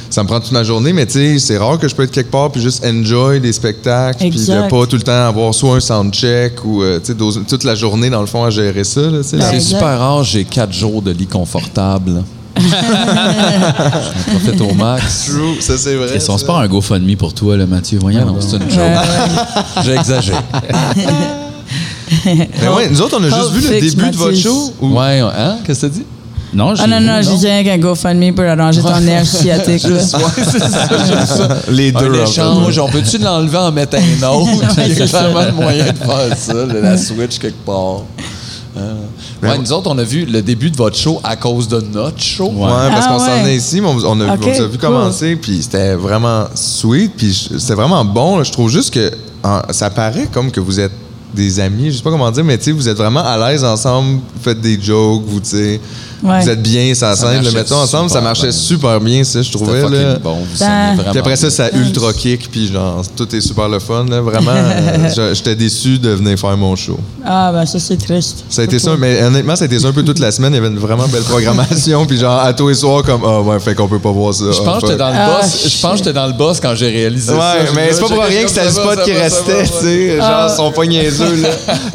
Ça me prend toute ma journée, mais tu sais, c'est rare que je peux être quelque part puis juste enjoy des spectacles, puis de Exact. pas tout le temps avoir soit un soundcheck ou euh, tu sais, dose- toute la journée dans le fond à gérer ça. là, tu sais, C'est Ouais. super rare, j'ai quatre jours de lit confortable. J'en profite au max. True, ça c'est vrai. Et si on se ça. part un GoFundMe pour toi, là, Mathieu, voyons. Non, donc. c'est une Ouais, joke. ouais. J'exagère. Mais Ben ouais, nous autres, on a juste Pulp vu le Fiction, début de votre Mathis. show. ou- Ouais, on- hein? Qu'est-ce que t'as dit? Non, j'ai- Ah non, non, je disais qu'un GoFundMe pour arranger ton nerf sciatique. là. Les deux. Un en fait. échange, on peut-tu l'enlever en mettre un autre? Il y a clairement le moyen de faire ça, de la switch quelque part. Euh, ouais, nous autres, on a vu le début de votre show à cause de notre show. Ouais, parce Ah qu'on s'en ouais. venait ici, mais on, on a, Ok, on vous a vu cool. commencer, puis c'était vraiment sweet, puis je- c'était vraiment bon. là. Je trouve juste que en- ça paraît comme que vous êtes des amis, je sais pas comment dire, mais tu sais, vous êtes vraiment à l'aise ensemble, vous faites des jokes, vous, tu sais, Ouais. vous êtes bien ça scène, le marchait mettons ensemble, ça super marchait bien. super bien, ça, je C'était trouvais. fucking Là. bon. Vous Ben- sonnez vraiment Puis après ça, bien. ça ultra kick, puis genre, tout est super le fun, là. vraiment. euh, je- J'étais déçu de venir faire mon show. Ah, ben ça, c'est triste. Ça a été Pour ça, toi. mais honnêtement, ça a été ça un peu toute la semaine. Il y avait une vraiment belle programmation, puis genre à tous les soirs, comme ah ouais, fait qu'on peut pas voir ça. Je pense que j'étais dans le Ah, boss. Je pense que j'étais dans le boss quand j'ai réalisé ça. Ouais, J'ai- mais c'est pas j'ai- pour rien que c'était le ça va, spot ça qui va, ça va, restait, tu sais. ouais. Ah. Genre, ils sont pas niaiseux, là.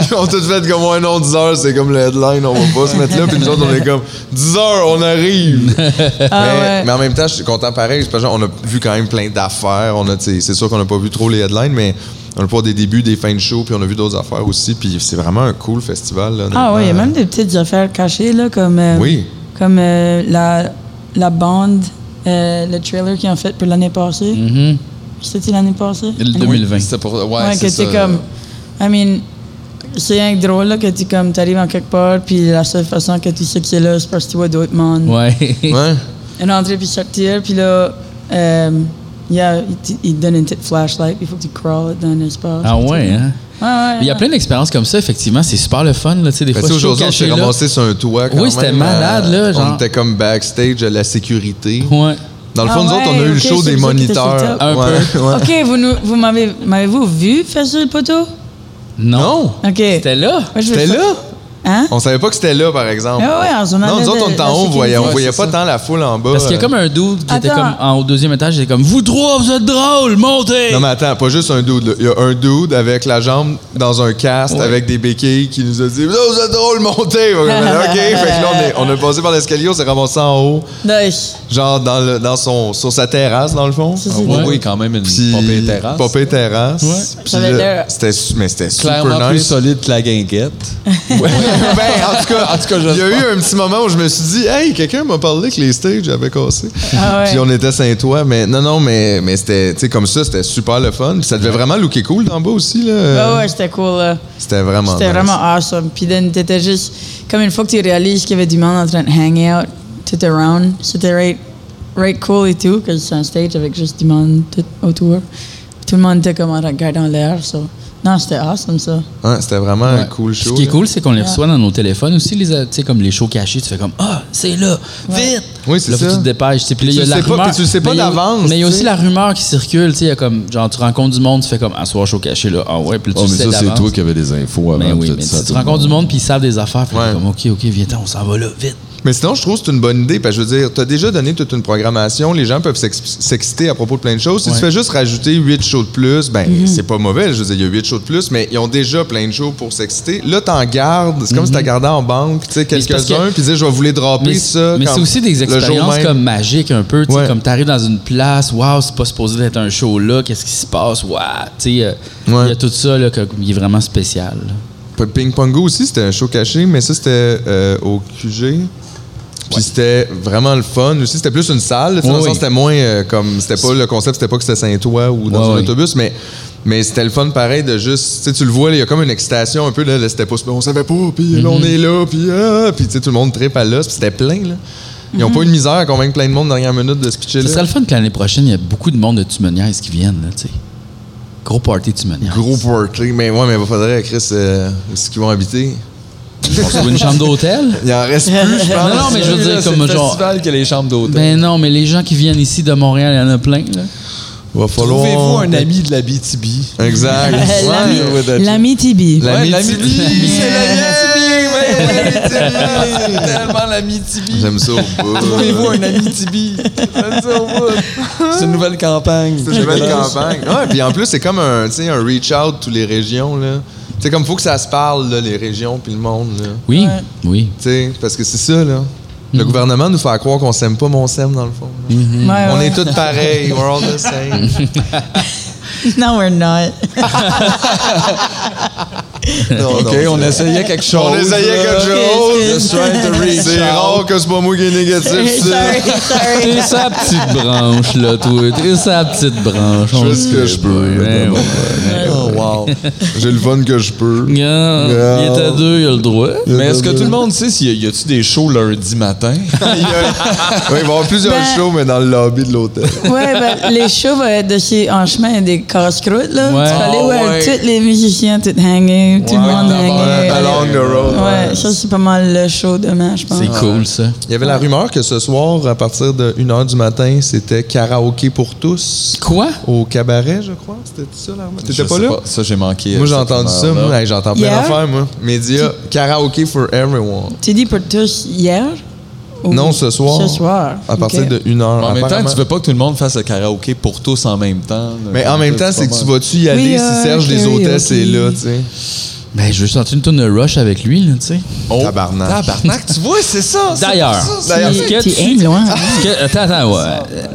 Ils ont tout fait comme, ouais, non, 10 heures, c'est comme le headline, on va pas se mettre là. Puis nous autres, on est comme, 10 heures, on arrive. Ah, mais, ouais. mais en même temps, je suis content pareil. Parce que on a vu quand même plein d'affaires. On a, tu sais, c'est sûr qu'on n'a pas vu trop les headlines, mais on a pas des débuts, des fins de show, puis on a vu d'autres affaires aussi. Puis c'est vraiment un cool festival, là. Ah oui, il y a honnêtement. même des petites affaires cachées, là, comme, euh, Oui. comme euh, la, la bande, euh, le trailer qu'ils ont fait pour l'année passée. Mhm. C'était l'année passée? Le Année- 2020. C'était pour. Ouais, Ouais, que c'est ça. t'es comme. I mean, c'est un drôle, là, que tu comme, t'arrives en quelque part, puis la seule façon que tu sais que c'est là, c'est parce que tu vois d'autres mondes. Ouais. Ouais. Une entrée puis sortir, puis là, euh, Yeah, il, t- il te donne une petite flashlight, il faut que tu crawles dans l'espace. Ah ouais, hein? Ouais, ouais, Il y a ouais. plein d'expériences comme ça, effectivement. C'est super le fun, là. Tu sais, des Mais fois, tu sais, je suis Ben, aujourd'hui, on caché, s'est là. ramassé sur un toit quand Oui, même, c'était euh, malade, là, genre. On était comme backstage à la sécurité. Ouais. Dans le Ah fond, nous autres, on a ouais, eu le ok, show c'est des vous autres qui étiez sur le moniteurs. top. Un Ouais, ouais. Ok, vous, nous, vous m'avez, m'avez-vous vu faire sur le poteau? Non. Non! Ok. C'était là. Oh. Moi, je veux C'était faire- là! Hein? On savait pas que c'était là, par exemple. Ah ouais, on s'en non, allait nous autres, on de- était de en haut, on voyait, on sécurité. voyait Ouais, pas c'est tant la foule en bas. Parce qu'il y a euh. comme un dude qui était Attends. comme en haut, deuxième étage, il était comme Vous trois, vous êtes drôles, montez! Non, mais attends, pas juste un dude. là. Il y a un dude avec la jambe dans un cast, avec des béquilles, qui nous a dit Là, vous êtes drôle, montez! OK, fait que là, on, est- on a passé par l'escalier, on s'est ramassé en haut, Nice. genre dans, le, dans son, sur sa terrasse, dans le fond. Ah Ça, c'est Oui, Ouais. oui, quand même une Puis, pompée terrasse. Popée terrasse. Puis Ça avait là, l'air- c'était su- mais c'était Clairement super plus nice. solide que la guinguette. Ben, en tout cas, En tout cas, il y a j'espère. eu un petit moment où je me suis dit, hey, quelqu'un m'a parlé que les stages avaient cassé. Ah ouais. Puis on était Saint-Toi, mais non, non, mais, mais c'était, tu sais, comme ça, c'était super le fun. Puis ça devait vraiment looker cool d'en bas aussi, là. Ah Ouais, ouais, c'était cool. là. C'était vraiment. C'était Euh, nice. vraiment awesome. Puis then, t'étais juste... Comme une fois que tu réalises qu'il y avait du monde en train de hang out, tout around, c'était right, right cool et tout, que c'est un stage avec juste du monde tout autour. Tout le monde était comme en regardant l'air, so... Non, c'était awesome, ça. Ouais, c'était vraiment un cool Puis show. Ce qui est là. cool, c'est qu'on les reçoit dans nos téléphones aussi, les, tu sais, comme les shows cachés, tu fais comme Ah, c'est là, vite! Oui, c'est Là, faut ça. que tu te dépêches. tu sais. Puis là, il y a Tu la le sais pas, rumeur. puis tu le sais pas Mais il y a- d'avance, Mais il y a tu aussi sais. la rumeur qui circule, tu sais, il y a comme, genre, tu rencontres du monde, tu fais comme, ah, soir, show caché, là, ah ouais, puis là, tu Oh, le mais sais ça, c'est d'avance. toi qui avais des infos Ben avant Mais de oui, faire mais tu, ça à tu tout le rencontres du monde, puis ils savent des affaires, puis Ouais. t'es comme, ok, ok, viens-t'en, on s'en va là, vite. Mais sinon, je trouve que c'est une bonne idée. Parce que je veux dire, tu as déjà donné toute une programmation. Les gens peuvent s'ex- s'exciter à propos de plein de choses. Si Ouais. tu fais juste rajouter huit shows de plus, ben, c'est pas mauvais. Je veux dire, il y a huit shows de plus, mais ils ont déjà plein de shows pour s'exciter. Là, t'en gardes. C'est comme si t'as gardé en banque, tu sais, Mhm. Mais c'est parce quelques-uns, que- puis dire, je vais vous les dropper, Mais, ça. mais quand- c'est aussi des le jour expériences même. comme magiques un peu, tu sais, Ouais. comme t'arrives dans une place, waouh, c'est pas supposé d'être un show là, qu'est-ce qui se passe, waouh, tu sais, euh, il Ouais. y a tout ça là, que- qui est vraiment spécial. là. Puis Ping Pongo aussi, c'était un show caché, mais ça, c'était euh, au QG. Puis c'était vraiment le fun aussi. C'était plus une salle. tu sais, dans Oui, le sens, oui. c'était moins euh, comme. C'était pas le concept, c'était pas que c'était Saint-Ouen ou dans Oui, un oui. autobus, mais. Mais c'était le fun pareil de juste, tu sais, tu le vois, là, il y a comme une excitation un peu, là, là, c'était pas, on savait pas, puis là, Mhm. on est là, puis ah, puis tu sais, tout le monde tripe à l'os, puis c'était plein, là. Ils ont pas eu de misère à convaincre plein de monde dernière minute de se pitcher Ce là. Mhm. serait le fun que l'année prochaine, il y a beaucoup de monde de Tumoniaise qui viennent, là, tu sais. Gros party Tumoniaise. Gros party, mais ouais, mais il faudrait, Chris, euh, où est-ce qu'ils vont habiter? On se loue une chambre d'hôtel? Il en reste plus, je pense. Non, non, mais je veux Là, dire, c'est comme le genre. festival que les chambres d'hôtel. Ben non, mais les gens qui viennent ici de Montréal, il y en a plein, là. Va falloir... Trouvez-vous un ami de la BTB. Exact. Euh, l'ami- Ouais, ouais, that's- L'ami Tibi. L'ami l'ami Tibi. Tibi. C'est l'ami Tibi. Tellement l'ami Tibi. J'aime ça au Trouvez-vous bout. un ami Tibi. J'aime ça au bout. C'est une nouvelle campagne. C'est une nouvelle campagne. Ouais, puis en plus, c'est comme un, tu sais, un reach out tous les régions. là. C'est comme faut que ça se parle, là, les régions puis le monde. là. Oui, oui. Tu sais, parce que c'est ça, là. Mm. Le gouvernement nous fait croire qu'on s'aime pas, mais on s'aime dans le fond. là. Ouais, Ah On ouais. est tous pareils. We're all the same. No, we're not. Non, OK, non, on c'est- essayait quelque chose. On essayait quelque chose. Just trying to reach C'est out. rare que c'est pas moi qui est négatif. ça. sorry, sorry. T'es sa petite branche, là, toi. T'es sa petite branche. Je fais ce que je peux, Il Oh, wow. J'ai le fun que je peux. Il est à deux, il a le droit. Mais est-ce que tout le monde sait s'il y a- y a-tu des shows lundi matin? il, y a- Ouais, il va y avoir plusieurs Ben- shows, mais dans le lobby de l'hôtel. Ouais, ben, les shows vont être de chez, en chemin des casse-croûtes, là. Ouais. Tu vas aller Ah, voir ouais. tous les musiciens, tout hangés, tout le monde d'abord, hangé. Along the road. Ouais, ça, c'est pas mal le show demain, je pense. C'est cool, ça. Il y avait la rumeur que ce soir, à partir de 1h du matin, c'était karaoké pour tous. Quoi? Au cabaret, je crois. C'était ça, la rumeur? T'étais Je pas sais là? Ça, j'ai manqué. Moi, j'ai cette entendu ça. rumeur-là. Moi, Hey, j'entends plein Hier? d'affaires, moi. Média, karaoké for everyone. Tu dis pour tous hier? Ou- Non, ce soir. Ce soir. À partir Ok. de 1h. Mais en même temps, tu veux pas que tout le monde fasse le karaoké pour tous en même temps. là. Mais en même temps, c'est que tu vas-tu y aller Oui, si euh, Serge les karaoké. hôtesses est là, tu sais? Ben, je veux sentir une tonne de rush avec lui, là, tu sais. Oh, Tabarnak. Tabarnak, tu vois, c'est ça. c'est D'ailleurs, pour ça, c'est- D'ailleurs, est-ce que Tu- tu... tu aimes loin. est-ce que- Attends, attends, ouais.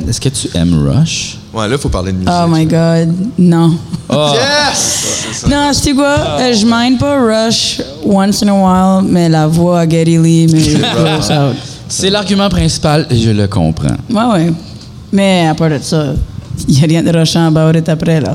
Euh, Est-ce que tu aimes Rush? Ouais, là, faut parler de musique. Oh my God, non. Ah. Non, c'est quoi? Euh, Je mind pas Rush once in a while, mais la voix à Getty Lee me blows out. C'est l'argument principal et je le comprends. Ouais, ouais. Mais à part de ça, il n'y a rien de rushant about it après, là.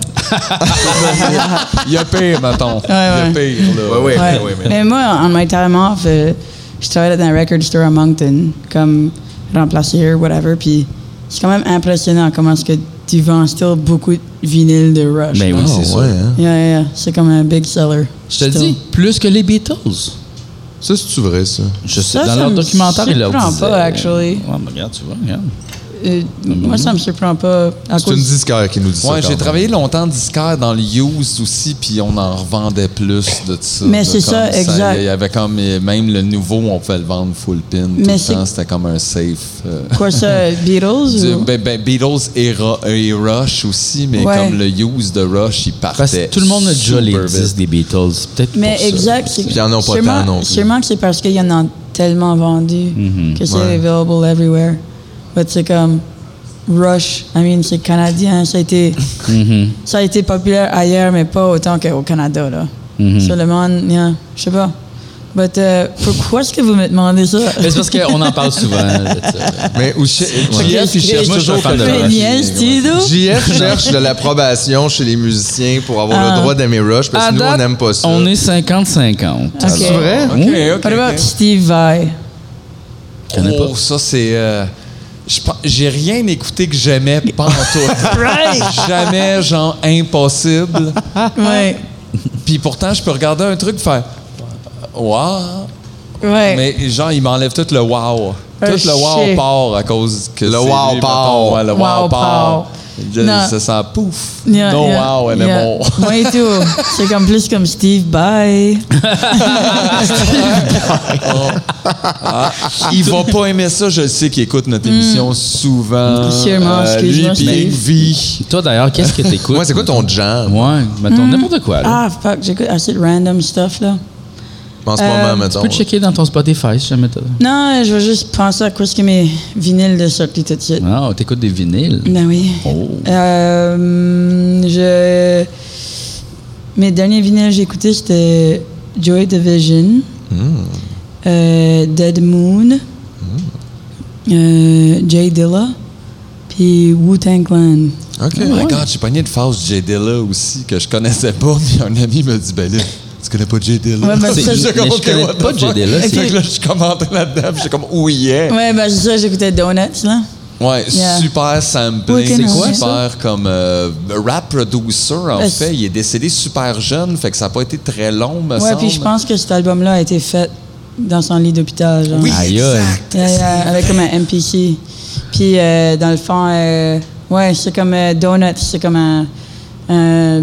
Il y a pire, mettons. Il ouais. y a pire, là. Ouais, ouais, Ouais. ouais, ouais, mais- Mais moi, en my time off, euh, je travaillais dans un record store à Moncton, comme remplacer, whatever. Puis C'est quand même impressionnant comment est-ce que tu vends still beaucoup de vinyles de Rush. Ben là. oui, c'est Ah, ça. ouais, hein? Yeah, yeah, yeah. C'est comme un big seller. Je te le still. dis, plus que les Beatles. Ça, c'est-tu vrai, ça? Je sais, Ça, dans ça leur me documentaire, ils le surprend disaient. pas, actually. Ouais, mais regarde, tu vois, regarde. Euh, Moi, ça me surprend pas. à C'est cause- une disquaire qui nous dit ça. Ouais, quand j'ai même. travaillé longtemps en disquaire dans le used aussi, puis on en revendait plus de ça. Mais là, c'est ça, comme exact. Il y avait comme, euh, même le nouveau, on pouvait le vendre full pin. Tout Mais le c'est- temps, c'était comme un safe. euh, Quoi ça, Beatles? du- ou- ben, ben, Beatles et, Ru- et Rush aussi, mais Mm. Ouais. comme le used de Rush, il partait. Parce que tout le monde a déjà les super vite. 10 des Beatles. c'est Peut-être Mais pour ça. exact. c'est- Puis ils en ont pas sûrement- tant non plus. Sûrement que c'est parce qu'il y en a tellement vendu que c'est Ouais. available everywhere. Mais c'est comme Rush. I mean, c'est canadien. Ça a, été, ça a été populaire ailleurs, mais pas autant qu'au Canada. Là. Sur le monde, yeah, je sais pas. But, euh, pourquoi est-ce que vous me demandez ça? Mais c'est parce qu'on en parle souvent. là, de ça. Mais où ch- JF, il cherche Moi, je suis toujours un fan de quelqu'un- Rush. Mais niaise, tu d'où? JF cherche de l'approbation chez les musiciens pour avoir le droit d'aimer Rush parce À que nous, Ah. on date, n'aime pas ça. On est 50-50. Ok. C'est vrai? Ok, Mm. ok, What about ok. Steve Vai? connais Oh, ça, c'est. euh, je pen- J'ai rien écouté que j'aimais pas en tout. Jamais, genre, impossible. Ouais. Puis pourtant, je peux regarder un truc faire. Wow! Ouais. Mais genre, il m'enlève tout le wow. Tout Euh, le wow shit. part à cause que Le c'est wow lui, part. mettons, ouais, le wow, Wow part. part. Je- Non. Ça sent pouf. Yeah, no yeah, wow, elle yeah. est bon. Moi et tout. C'est comme plus comme Steve Bye. Ah. Il va pas aimer ça, je le sais qu'il écoute notre Hmm. émission souvent. Euh, Sûrement, lui, excuse-moi, puis Steve. il vit. Toi, d'ailleurs, qu'est-ce que t'écoutes? Moi, c'est quoi ton genre Ouais, mettons n'importe quoi. Là. Ah, fuck, j'écoute assez de random stuff, là. en ce Euh, moment, tu mettons? peux checker dans ton Spotify si jamais t'as. Non, je veux juste penser à quoi ce que mes vinyles de sortie tout de suite. Ah, t'écoutes des vinyles. Ben oui. Oh. Euh, je... Mes derniers vinyles que j'ai écoutés, c'était Joy Division, Hmm. euh, Dead Moon, euh, Jay Dilla, puis Wu-Tang Clan. OK. Oh my god, j'ai pogné une phase J. Dilla aussi que je connaissais pas, mais un ami me dit, ben là, tu connais pas J. Dilla? Ouais, ben, Puis ça, j'étais mais je OK, connais what the pas J. fuck? Dilla, Fait c'est- que là, je commentais là-dedans, puis j'étais comme, oui, yeah. Ouais, ben c'est ça, j'écoutais Donuts, là. Ouais, Yeah. super sampling, Weekend super Away. comme euh, rap producer, en Euh, fait. Il est décédé super jeune, fait que ça n'a pas été très long, me Ouais, semble. puis je pense que cet album-là a été fait dans son lit d'hôpital. genre. Oui, Aïe, exact. Yeah, yeah, avec comme un MPC. Puis euh, dans le fond, euh, ouais, c'est comme euh, Donuts, c'est comme un, un-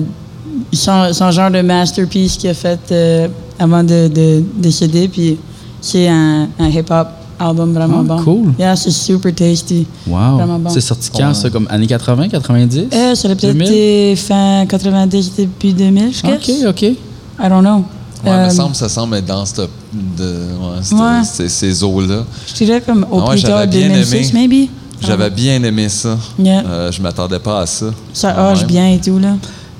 son, son genre de masterpiece qu'il a fait euh, avant de, de décéder. Puis c'est un, un hip-hop album vraiment Ah, bon. cool. Yeah, c'est super tasty. Vraiment Wow. bon. C'est sorti quand, ça? Comme années 80, 90? Euh, ça a peut-être 2000? été fin 90, début 2000, je OK, guess. OK. I don't know. Ouais, Euh, me semble, ça semble être dans cette, de, ouais, cette- Ouais. ces, ces eaux-là. je dirais comme au Ah ouais, plus j'avais tard bien 2006, aimé. maybe. J'avais bien aimé ça. Ah. Yeah. Euh, je m'attendais pas à ça. Ça Ah, hoche ouais. bien et tout, là.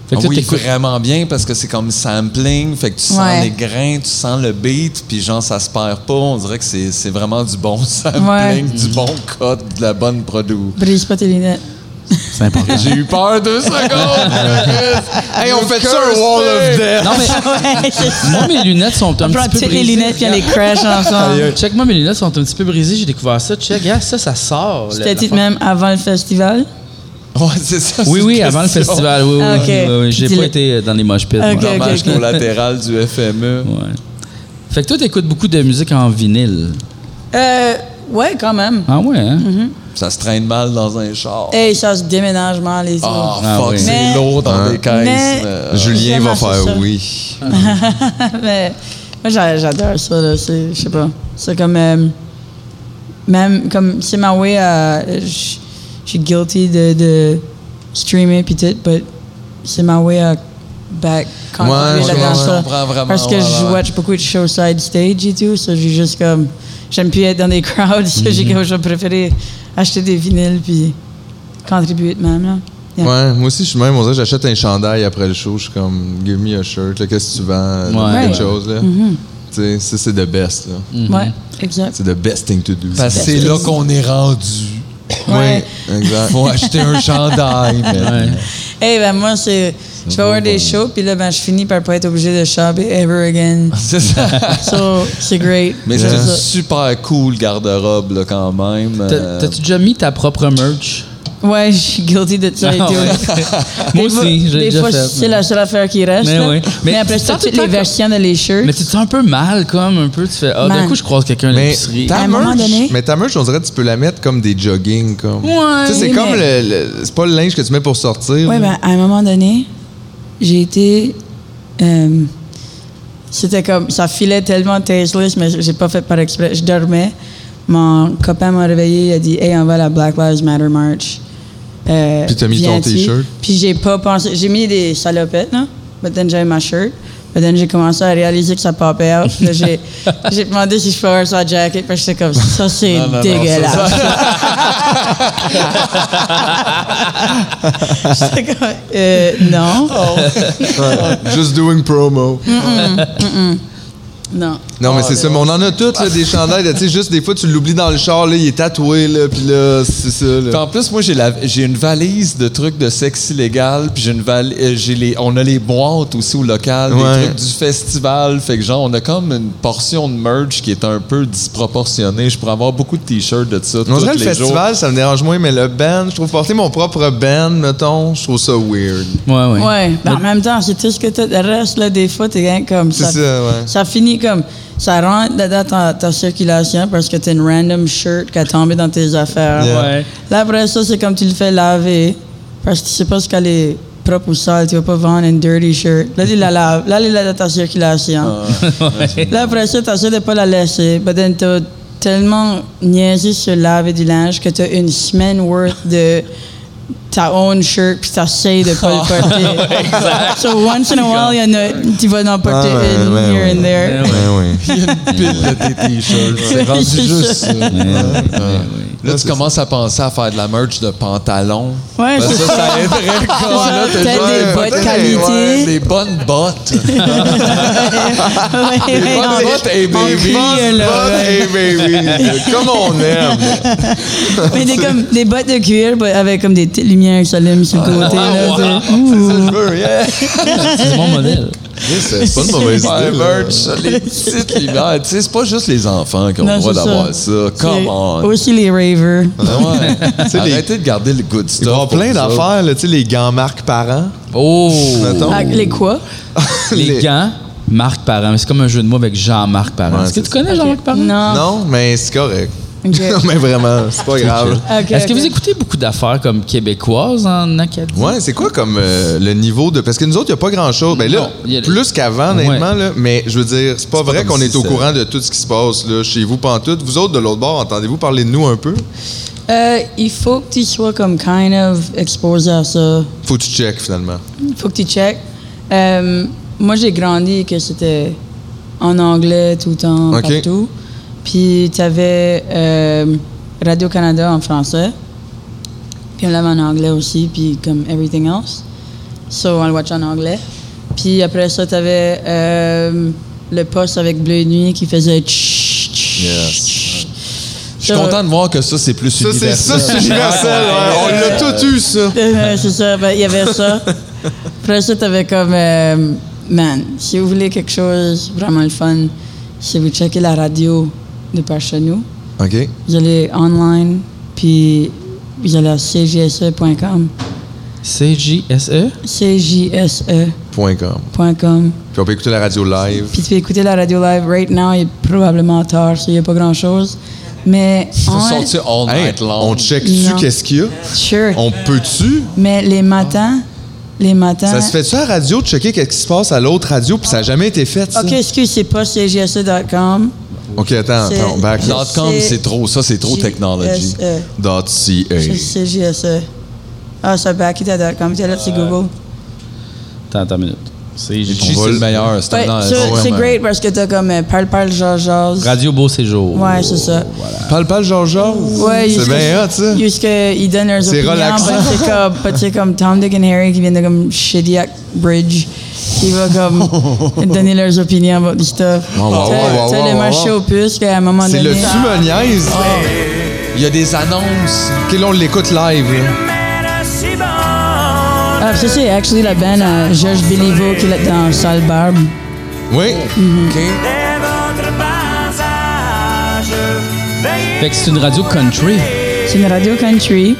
Fait que Ah là, oui, t'écoutes- vraiment bien parce que c'est comme sampling, fait que tu sens Ouais. les grains, tu sens le beat, puis genre ça se perd pas. On dirait que c'est c'est vraiment du bon sampling, du bon code, de la bonne produit. Brise pas tes lunettes. C'est important. J'ai eu peur deux secondes. Hey, on fait ça un wall of death? Non, mais ouais, c'est ça. moi, mes lunettes sont un On prend petit peu toutes les brisées. lunettes puis on les Regarde. crash ensemble. Ah. Euh, Check, moi, mes lunettes sont un petit peu brisées. J'ai découvert ça. Check, regarde, ça, ça sort. la- C'était la- tout de même avant le festival. ouais, c'est ça. Oui, c'est oui, une avant le question. festival. Oui, oui, Ah, ok. oui, oui, oui, J'ai Dis-le. pas été dans les moches pits. moi. Ok. Dommage ok, ok. collatéral du E. FME. Ouais. Fait que toi, t'écoutes beaucoup de musique en vinyle. Euh, ouais, quand même. Ah ouais, hein? Mhm. Ça se traîne mal dans un char. Hey, ça se déménage mal, les Ah, autres. Ah, fuck, oui. c'est Eh. Mais- lourd dans Hein? des caisses. Mais- euh, Julien va Vraiment, c'est faire ça. oui. Mais moi, j'a- j'adore ça, là. C'est, je sais pas. C'est comme. euh, même, comme, c'est ma way à. Je je suis guilty de, de streamer puis tout, but c'est ma way à back Ouais, contribuer je là-dedans, comprends, ça. je comprends vraiment, Parce que ouais, je ouais, watch beaucoup de show side stage et tout, ça, j'ai juste comme. J'aime plus être dans des crowds, ça, j'ai Mm-hmm. comme, je préféré acheter des vinyles puis contribuer de même, là. Yeah. Ouais, moi aussi, je suis même. On dirait que j'achète un chandail après le show. Je suis comme, give me a shirt. là, Qu'est-ce que tu vends? Ouais. Quelque chose. là. Tu sais, ça, c'est the best. là. Ouais, Mm-hmm. exact. C'est the best thing to do. parce que c'est là qu'on est rendu. Ouais, exact. Faut acheter un chandail. mais- Ouais. Eh ben moi, c'est Je vais avoir des shows, puis là, ben, je finis par pas être obligé de shopper ever again. C'est ça. So, c'est great. Mais c'est C'est une ça. super cool garde-robe là, quand même. T'as- Euh, T'as-tu déjà mis ta propre merch? Ouais, je suis guilty de ça. et Ah tout. ouais. Moi Des fois- aussi, j'ai Des déjà fois, fait. c'est la seule affaire qui reste. Mais là. oui. Mais Mais après tu ça, sens tout le toutes temps les que- versions de les shirts. Mais tu te sens un peu mal, comme, un peu, tu fais, ah, d'un Man. coup, je croise quelqu'un à Mais l'épicerie. ta À un moment merch- donné- mais ta merch, on dirait que tu peux la mettre comme des jogging. Comme. Ouais, Tu sais, c'est oui, comme mais- le, le- C'est pas le linge que tu mets pour sortir. Ouais, ben, à un moment donné, j'ai été. euh, c'était comme. Ça filait tellement tasteless, mais j'ai pas fait par exprès. Je dormais. Mon copain m'a réveillé. Il a dit Hey, on va à la Black Lives Matter March. Euh, Puis t'as mis ton viens-tu? t-shirt. Puis j'ai pas pensé. J'ai mis des salopettes, là. But then j'avais ma shirt. But then j'ai commencé à réaliser que ça popait out. Là, j'ai, j'ai demandé si je peux avoir sa jacket. Parce que j'étais comme ça, c'est non, non, non, dégueulasse. J'étais comme euh, non. Just doing promo. Mm. Non. Non, mais c'est ben ça. Mais on en a toutes, là, des chandails. là, Tu sais, juste des fois, tu l'oublies dans le char, là, il est tatoué, là, puis là, c'est ça. Puis Là. en plus, moi, j'ai la- j'ai une valise de trucs de sexe illégal, puis j'ai une vali- euh, j'ai les, on a les boîtes aussi au local, Ouais. des trucs du festival. Fait que genre, on a comme une portion de merch qui est un peu disproportionnée. Je pourrais avoir beaucoup de t-shirts de ça On tous dirait le les jours. festival, ça me dérange moins, mais le band, je trouve porter mon propre band, mettons, je trouve ça weird. Ouais, ouais. Ouais, bah. mais en même temps, c'est tout ce que tu restes là, des fois, t'es rien comme C'est ça. ça, ouais. ça finit comme. Ça rentre dedans ta, ta circulation parce que t'as une random shirt qui a tombé dans tes affaires. Yeah. Ouais. Là, après ça, c'est comme tu le fais laver parce que tu sais pas ce qu'elle est propre ou sale. Tu vas pas vendre une dirty shirt. Là, tu la laves. Là, elle est là dans ta circulation. Là, après ça, t'essaies de pas la laisser. But then, t'as tellement niaisé sur laver du linge que t'as une semaine worth de ta own shirt puis t'essayes de pas le porter. exact. So, once in a while, y en a, tu vas en porter Ah, ouais, une ouais, here ouais. and there. Ouais, Ben oui. Il y a une pile de tes t-shirts. C'est rendu C'est juste ça. ça. Là, tu commences à penser à faire de la merch de pantalons. Ouais, Ben, c'est ça, ça aiderait quand ça. là, t'es Peut-être genre, des ouais, bottes peut-être qualité. ouais, des bonnes bottes. Ouais, ouais, bonnes ouais. bottes et baby. crie, là. Bonne- hey, baby. Comme on aime. Mais des, comme, des bottes de cuir bah, avec comme des petites lumières qui s'allument sur le côté. là, wow. c'est- C'est ça que je veux, yeah. C'est mon modèle. C'est pas une mauvaise Ouais, idée. là. merch, ça, les petites lumières. Tu sais, c'est pas juste les enfants qui ont Non, le droit c'est ça. d'avoir ça. Come on. Ah C'est Aussi les ravers. Ouais. Tu sais, les- Arrêtez de garder le good stuff. Il va y avoir pour plein vous autres. d'affaires, là, tu sais, les gants marques parents. Oh! Mettons. Ah, les quoi? Les Les- gants, Marc Parent. Mais C'est comme un jeu de mots avec Jean-Marc Parent. Ouais, Est-ce que c'est tu connais Jean-Marc Parent? Non. Non, mais c'est correct. Ah. Ok. Non, mais vraiment, c'est pas grave. Ok, Est-ce que ok. vous écoutez beaucoup d'affaires comme québécoises en Acadie? Ouais, c'est quoi comme euh, le niveau de. Parce que nous autres, il n'y a pas grand-chose. Ben là, Non, il y a- plus qu'avant, honnêtement, là, mais je veux dire, c'est pas vrai qu'on comme si est au ça- courant de tout ce qui se passe là, chez vous, pantoute. Vous autres, de l'autre bord, entendez-vous parler de nous un peu? Euh, il faut que tu sois comme kind of exposé à ça. Faut que tu check, finalement. Il faut que tu checkes. Euh, moi, j'ai grandi que c'était en anglais tout le temps, Ok. partout. Puis tu avais Radio-Canada en français. Puis on l'avait en anglais aussi, puis comme everything else. So, on le watch en anglais. Puis après ça, tu avais le poste avec Bleu Nuit qui faisait... tch, tch, Yes. tch. Je suis So, content de voir que ça, c'est plus Ça, c'est ça, universel. c'est universel. ouais. On l'a tout eu, ça. Euh, c'est ça, ben, il y avait ça. Après ça, t'avais comme, euh, man, si vous voulez quelque chose vraiment le fun, si vous checkez la radio de par chez nous, OK. vous allez online, puis vous allez à cjse.com, CJSE? cjse.com, Point com. Puis on peut écouter la radio live. puis tu peux écouter la radio live right now, il est probablement tard, il n'y a pas grand-chose, mais... Ils sont en- sortis all Hey, night long. on check-tu Non. qu'est-ce qu'il y a? Sure, On peut-tu? mais les matins, les matins... Ça se fait-tu à la radio de checker qu'est-ce qui se passe à l'autre radio? Puis ça n'a jamais été fait, ça? OK, excuse, c'est pas cjse.com. OK, attends, C'est- attends. Back. Dot com, C'est- E c'est trop. Ça, c'est trop technology. JSE. Dot C'est .ca. c'est JSE. Ah, ça back it à .com. T'es là, c'est Google. Attends, attends une minute. G, CJ. va c'est le le- meilleur. C'est Ouais, un- ça, ouais, ouais. c'est great parce que t'as comme euh, parle, parle, jase, jase. Radio Beau Séjour. Ouais, c'est ça. Parle pas le Georges Ouais, Oh, C'est jusque- bien hot, ça. jusque- ils donnent leurs C'est opinions. relaxant. but C'est comme, but c'est comme Tom, Dick and Harry qui viennent de comme Shediac Bridge. Ils vont comme donner leurs opinions about this stuff. Wow, wow, T'as- wow, wow, T'as wow, le marché wow. aux puces qu'à un moment C'est le donné... Tumoniaise. Il y a des annonces. OK, là, on l'écoute live. là. matter si bon Ah, ça, c'est actually la band euh, à Georges Béliveau qui est là- dans Sale Barbe. Oui. Et votre passage, veillez Fait que c'est une radio country. C'est une radio country.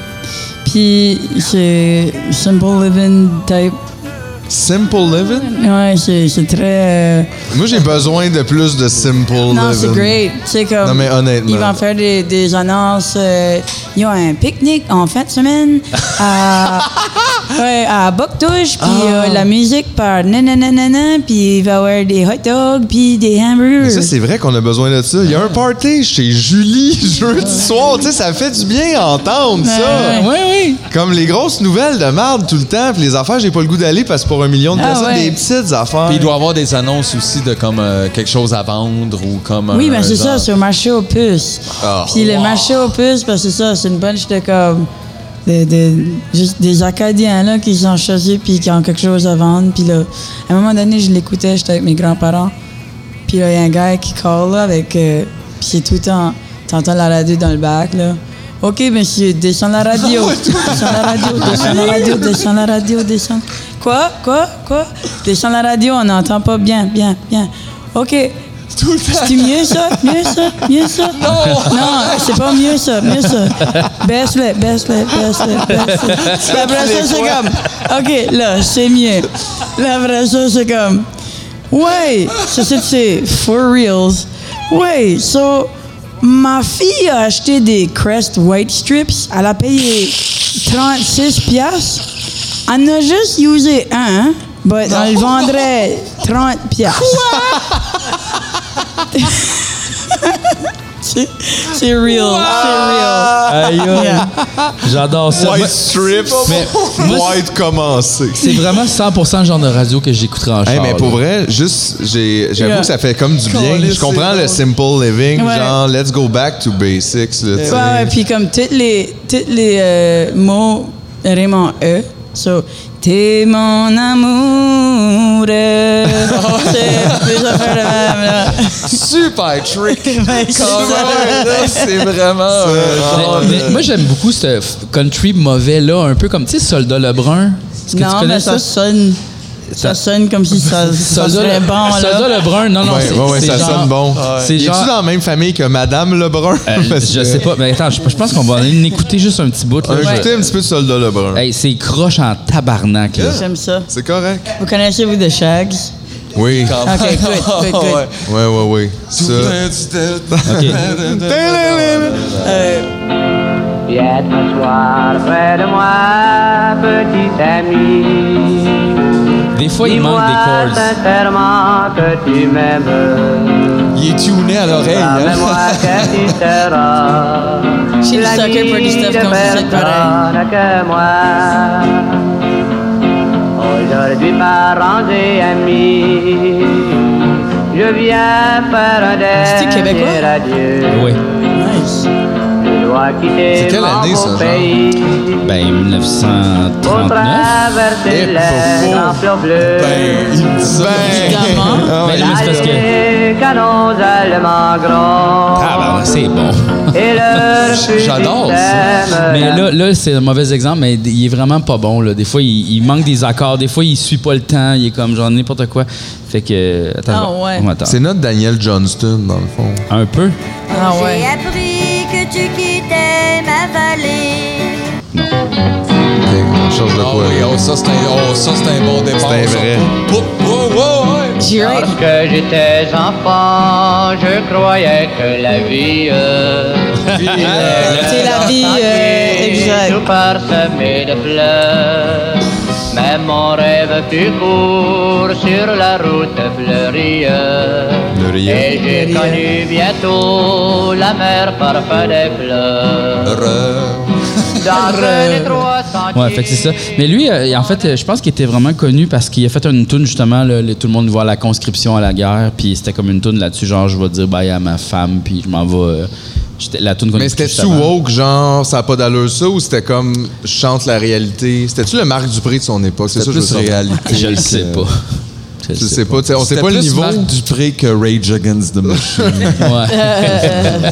Puis c'est simple living type. Simple Living? Ouais, c'est c'est très. euh, Moi, j'ai besoin de plus de Simple Living. Non, c'est great. C'est comme. Non, mais honnêtement. Ils vont faire des, des annonces. euh, ils ont un pique-nique en fin de semaine à, ouais, à Boctouche. Puis Ah. euh, la musique par nananana. Puis il va y avoir des hot dogs. Puis des hamburgers. Ça, c'est vrai qu'on a besoin de ça. Il y a un party chez Julie jeudi soir. Tu sais, ça fait du bien à entendre ça. Ouais, Oui, oui. Comme les grosses nouvelles de merde tout le temps, puis les affaires, j'ai pas le goût d'aller parce que pour un million de Ah, personnes, ouais. des petites affaires. Puis il doit y avoir des annonces aussi de comme euh, quelque chose à vendre ou comme. Oui, un- mais c'est genre- ça, c'est au marché aux puces. Ah. Puis le marché aux puces, parce que c'est ça, c'est une bunch de comme. de- de- juste des Acadiens là qui sont choisis puis qui ont quelque chose à vendre. Puis là, à un moment donné, je l'écoutais, j'étais avec mes grands-parents. Puis là, il y a un gars qui call là avec. euh, puis c'est tout le temps. T'entends la radio dans le bac là. Ok, monsieur, descends la radio. Descends la radio, descends la radio, descends la radio, descends. Quoi, quoi, quoi? Descends la radio, on n'entend pas bien, bien, bien. Ok, c'est mieux ça, mieux ça, mieux ça. Non, c'est pas mieux ça, mieux ça. Baisse-le, baisse-le, baisse-le, baisse-le. Puis Après ça, c'est comme, ok, là, c'est mieux. Là, après ça, c'est comme, ouais, ça c'est- c'est for reals. Ouais, so, ma fille a acheté des Crest White Strips, elle a payé 36 piastres. Elle en a juste usé un, mais elle vendrait 30 piastres. C'est- C'est real. Aïe, aïe. C'est real. Yeah. J'adore ça. Moi, White strip, Mais- white commencé. C'est vraiment 100% le genre de radio que j'écouterais en char. Hey, mais pour Ah, là. vrai, juste, j'ai- j'avoue Yeah. que ça fait comme du bien. Colin, Je comprends c'est le simple living, Ouais. genre let's go back to basics. Là, tu sais. Ouais, puis comme tous les, toutes les euh, mots vraiment E. So, t'es mon amour. euh. C'est des affaires de même, là. Super Ah, trick! Ouais, c'est Quand ça. même, là, c'est vraiment. euh, Mais- Ah, genre, mais euh, moi, j'aime beaucoup ce f- country mauvais là, un peu comme, tu sais, Soldat Lebrun. Est-ce que tu Non, connais mais ça, sonne. Ça sonne comme si ça, ça serait Le- bon, là. Soldat Lebrun, non, non, Ouais, c'est ouais, ouais, c'est ça genre- sonne bon. c'est Es-tu genre- dans la même famille que Madame Lebrun? Parce Euh, Je que- sais pas, mais attends, je, je pense qu'on va aller en écouter juste un petit bout. Là, Euh, Je- Écoutez un petit peu de Soldat Lebrun. Hey, c'est croche en tabarnak. Là. J'aime ça. C'est correct. Vous connaissez, vous, The Shags? Oui. quand OK, même. good, good, good. Ouais, Ouais. ouais, ouais. Ça. Euh, Viens t'asseoir près de moi, petit ami. Des fois, il manque des chords. sincèrement que tu m'aimes. Il est tuné à l'oreille. Ah, ben hein. Promets-moi que tu seras. Je suis le l'ami sucker pour du stuff de comme ça, c'est pareil. personne que moi. Aujourd'hui, parents et amis, je viens faire un C'est-tu québécois? dernier adieu. Oui. Nice. Je dois quitter C'est quelle mon année, ça, beau genre? pays. Ben, Pour 1939. traverser Et les pour- grands fleurs bleus. Ben, il me dit ça. Évidemment. Ah ouais. Ben, là, mais c'est parce que. Les canons allemands grands. Ah, ben, c'est bon. Et leur fusil J'adore ça. sème Mais la- là, là c'est un mauvais exemple, mais il est vraiment pas bon. Là. Des fois, il, il manque des accords. Des fois, il suit pas le temps. Il est comme genre n'importe quoi. Fait que. Attends. je Ah, vais- ouais. on va attendre. C'est notre Daniel Johnston, dans le fond. Un peu. Ah ouais. J'ai appris que tu quittais ma vallée. Ok, on change de Ah quoi. oui, là. oh, ça c'est un, oh, ça, c'est un bon départ. C'est un ça. vrai. Pou- pou- pou- ouais, ouais. You're right. Que j'étais enfant, je croyais que la vie. euh, C'est la vie, euh, Tout exact. parsemé de fleurs. Mais mon rêve plus court sur la route fleurie. Fleurie. Et j'ai connu bientôt la mer parfum des fleurs. Dans les trois sentiers. Ouais, fait que c'est ça. Mais lui, euh, en fait, euh, je pense qu'il était vraiment connu parce qu'il a fait une tune justement, là, les- tout le monde voit la conscription à la guerre, puis c'était comme une tune là-dessus, genre je vais dire bye à ma femme, puis je m'en vais. euh, j'étais- la tune qu'on Mais écoutait c'était-tu juste avant. woke, genre, ça n'a pas d'allure ça, ou c'était comme, je chante la réalité? C'était-tu le Marc Dupré de son époque? C'est ça, C'était que je plus veux savoir. réalité. Je le sais que- pas. Je Je sais pas, tu sais, on sait C'était pas le plus niveau. Marc Dupré que Rage Against the Machine. Ouais.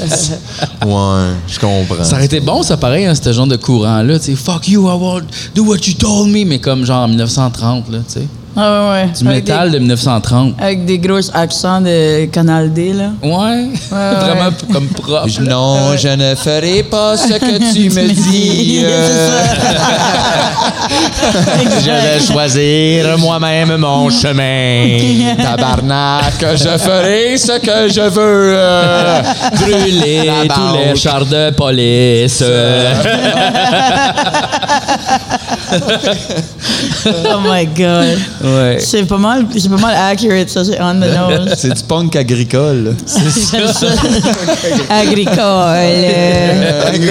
Ouais, je comprends. Ça aurait été bon, ça, pareil, hein, ce genre de courant-là. Tu sais, fuck you, I won't do what you told me, mais comme genre en 1930, là, tu sais. Ah ouais, ouais. Du métal de 1930. Avec des gros accents de Canal D, là. Ouais. Vraiment p- comme propre. Je- non, je ne ferai pas ce que tu me dis. euh, je vais choisir moi-même mon chemin. Tabarnak, je ferai ce que je veux. euh. Brûler La tous les banque. chars de police. Oh my god. ouais. C'est pas mal, c'est pas mal accurate, ça, c'est on the nose. C'est du punk agricole. Agricole. Aïe,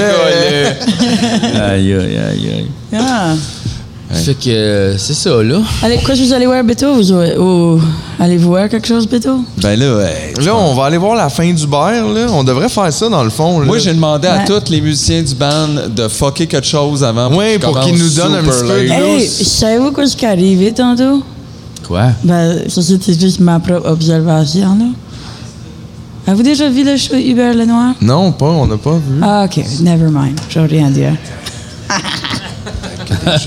aïe, aïe, aïe. Ah. Fait que euh, c'est ça, là. Allez, quoi, vous allez voir bientôt? Vous aurez- ou allez-vous voir quelque chose bientôt? Ben là, ouais. Là, on va aller voir la fin du beurre, là. On devrait faire ça, dans le fond. là. Moi, j'ai demandé à Ouais. tous les musiciens du band de fucker quelque chose avant Ouais, qu'ils pour qu'ils commencent nous donnent un super petit peu de- late. Hey, savez-vous quoi ce qui est arrivé tantôt? Quoi? Ben, ça, c'était juste ma propre observation, là. Avez-vous déjà vu le show Hubert Lenoir? Non, pas, on n'a pas vu. Ah, ok, never mind, je vais rien dire.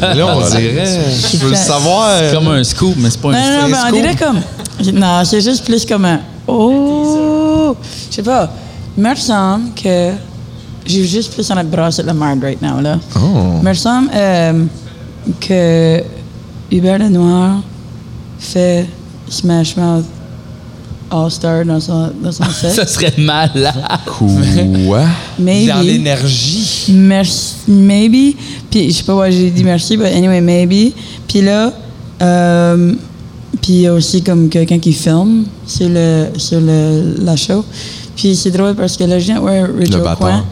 Là, on dirait. Je veux le savoir. Comme un scoop, mais c'est pas Non, non, un non, scoop. mais on dirait comme. Non, c'est juste plus comme un. Oh! Je sais pas. Il me semble que. J'ai juste plus en brasser de la merde right now, là. Il me semble euh, que Hubert Lenoir fait Smash Mouth All-Star dans son, dans son Ça set. serait malade. Quoi? Dans Maybe. l'énergie. Merci, maybe. Puis je sais pas pourquoi j'ai dit merci, but anyway, maybe. Puis là, euh, puis il y a aussi comme quelqu'un qui filme sur, le, sur le, la show. Puis c'est drôle parce que là, je viens de voir Richard batteur. Coin.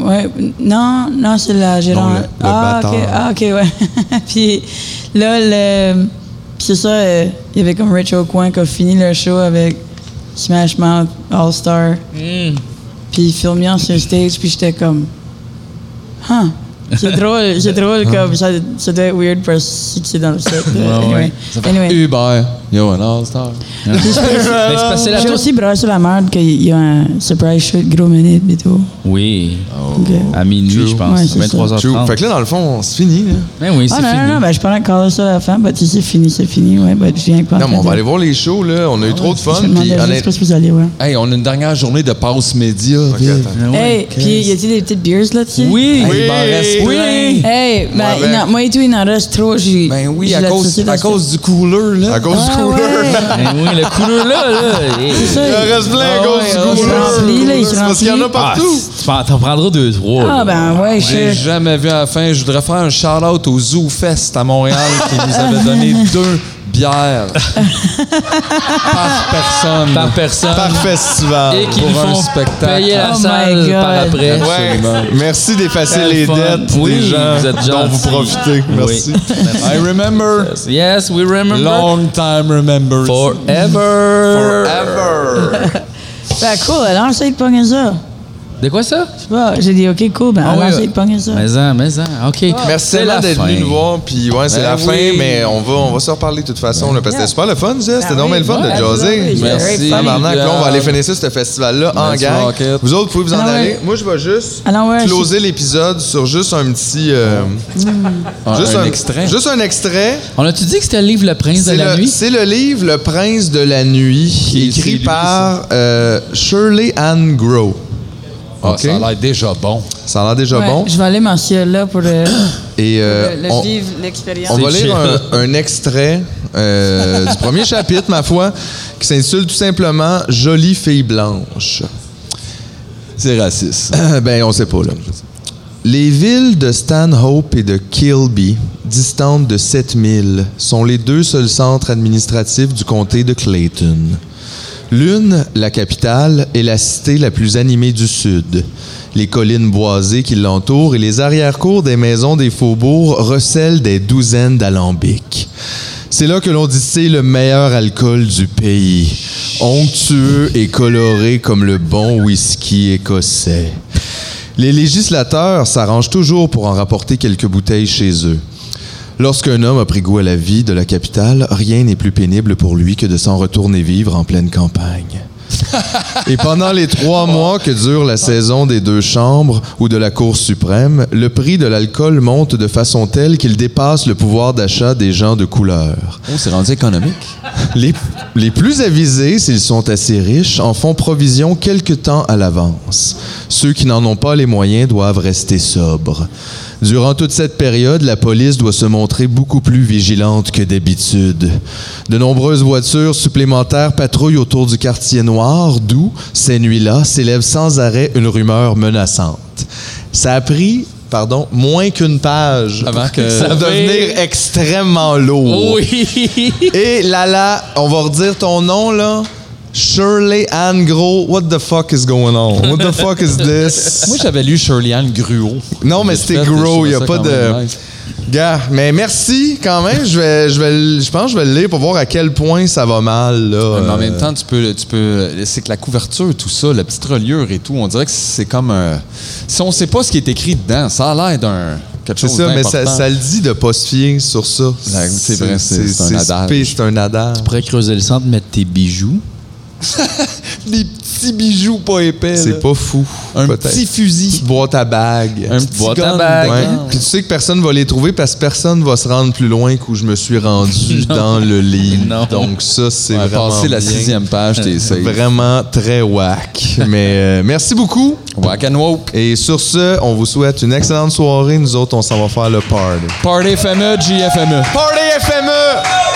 Ouais, non, non, c'est la gérante. Non, le- le ah, ok, batteur. ah, ok, ouais. puis là, le, puis c'est ça, euh, il y avait comme Richard Coin qui a fini le show avec Smash Mouth All Star. Puis filmant sur stage, puis j'étais comme. Huh. C'est drôle, c'est drôle comme ça, ça doit être weird parce que c'est dans le set. anyway. anyway. Uber. Yo, un all-star. Mais Ben, c'est parce que c'est la J'ai chose. aussi brassé la merde qu'il y a un surprise shoot gros minute et tout. Oui. Ok. Ah, À minuit, je pense. Ouais, c'est ça. 23h30. True. Fait que là, dans le fond, c'est fini. là. Ben oui, c'est Ah non, fini. non, non, ben, je parlais encore de ça à la fin, mais si c'est fini, c'est fini, ouais, ben, je viens pas. Non, mais on va aller voir les shows, là. On a eu trop de fun. Je me Puis, demandais honnêtement. juste où vous allez, ouais. Hey, on a une dernière journée de passe média. Viv. attends. Hey, puis y a-t-il des petites beers là-dessus? Oui. Hey, il m'en reste Oui. Hey, ben, Moi il en- avec. moi et tout, il en reste trop. j'ai- Ben oui, je à l'ai cause, associé dans à ce- cause du cooler, là. À cause du Ah cooler. ouais. Ben oui, le couleur là, là. hey. Ça, Il en reste plein à Ah cause ouais, du on se cooler. remplit, là, il se C'est parce qu'il y en a remplit. Ah, partout. tu prends- t'en prendras deux, trois. là. Ah, ben ouais, J'ai je. jamais vu à la fin. Je voudrais faire un shout-out au Zoo Fest à Montréal qui nous avait donné deux bières par personne. Par personne. Par festival. Et qui nous Pour un font spectacle. payer la Oh my salle God. par après. Ouais. Merci d'effacer Quel les fun. dettes Oui, des gens vous êtes dont vous gentils. profitez. Oui. Merci. I remember. Yes, we remember. Long time remember. Forever. Ben cool, alors essaye de pogner ça. De quoi ça? Je sais pas, j'ai dit ok, cool, ben Ah alors oui, essaye de pogner ça. Ah. Maison, maison. hein. OK. Merci C'est tellement la d'être fin. venu nous voir. Puis ouais, c'est Ben la oui. fin, mais on va, on va se reparler de toute façon. là, parce que c'était super le fun, ça. C'était Ben normal oui, le fun ouais, de jaser. absolument. Merci. Tabarnak, là, on va aller Bien. finir ça, ce festival-là, en Merci, gang. Rocket. Vous autres, pouvez vous en Ah ouais. aller. Moi, je vais juste Ah non, ouais, closer l'épisode sur juste un petit... euh, Hmm. Ah, juste un extrait. Juste un extrait. On a-tu dit que c'était le livre Le Prince de C'est la le, Nuit? c'est le livre Le Prince de la Nuit, Qui- c'est écrit lui, par euh, Shirley Ann Grow. Ah, OK. Ça a l'air déjà bon. Ça a l'air déjà Ouais, bon. Je vais aller m'asseoir là pour euh, Et euh, le, le on- vivre, On l'expérience. va C'est lire un, un extrait euh, du premier chapitre, ma foi, qui s'intitule tout simplement Jolie fille blanche. C'est raciste. ben, on sait pas, là. Les villes de Stanhope et de Kilby, distantes de 7000, sont les deux seuls centres administratifs du comté de Clayton. L'une, la capitale, est la cité la plus animée du sud. Les collines boisées qui l'entourent et les arrière-cours des maisons des faubourgs recèlent des douzaines d'alambics. C'est là que l'on distille le meilleur alcool du pays, onctueux et coloré comme le bon whisky écossais. Les législateurs s'arrangent toujours pour en rapporter quelques bouteilles chez eux. Lorsqu'un homme a pris goût à la vie de la capitale, rien n'est plus pénible pour lui que de s'en retourner vivre en pleine campagne. Et pendant les trois mois que dure la saison des deux chambres ou de la Cour suprême, le prix de l'alcool monte de façon telle qu'il dépasse le pouvoir d'achat des gens de couleur. Oh, c'est rendu économique. Les, les plus avisés, s'ils sont assez riches, en font provision quelque temps à l'avance. Ceux qui n'en ont pas les moyens doivent rester sobres. Durant toute cette période, la police doit se montrer beaucoup plus vigilante que d'habitude. De nombreuses voitures supplémentaires patrouillent autour du quartier noir, d'où, ces nuits-là, s'élève sans arrêt une rumeur menaçante. Ça a pris, pardon, moins qu'une page Avant pour que- pour Ça devenir fait- Oh extrêmement lourd. Oui. Et là, là, on va redire ton nom, là. Shirley Anne Gros, what the fuck is going on? What the fuck is this? Moi, j'avais lu Shirley Anne Gruau. Non, mais J'ai c'était fait, gros, je il n'y a trouvais pas ça de. quand même nice. Gars, mais merci quand même. Je vais, je vais, le- je pense que je vais le lire pour voir à quel point ça va mal là. Mais en même Euh, temps, tu peux, tu peux, c'est que la couverture, tout ça, la petite reliure et tout, on dirait que c'est comme un. Si on sait pas ce qui est écrit dedans, ça a l'air d'un quelque c'est chose ça, mais ça, d'important. ça le dit de pas se fier sur ça. Là, c'est vrai, c'est- c'est un adage. spé- C'est un adage. Après creuser le centre, mettre tes bijoux. Des petits bijoux pas épais. là. C'est pas fou. Un peut-être. petit fusil. boîte à bague. Un petit boîte à hein, gun bague. Ouais. dedans. Puis tu sais que personne va les trouver parce que personne va se rendre plus loin qu'où je me suis rendu dans le livre. Non. Donc ça, c'est Ouais, vraiment passer la bien. sixième page, t'es safe. Vraiment très whack. Mais euh, merci beaucoup. Whack and woke. Et sur ce, on vous souhaite une E, excellente soirée. Nous autres, on s'en va faire le party. Party FME, JFME. Party FME!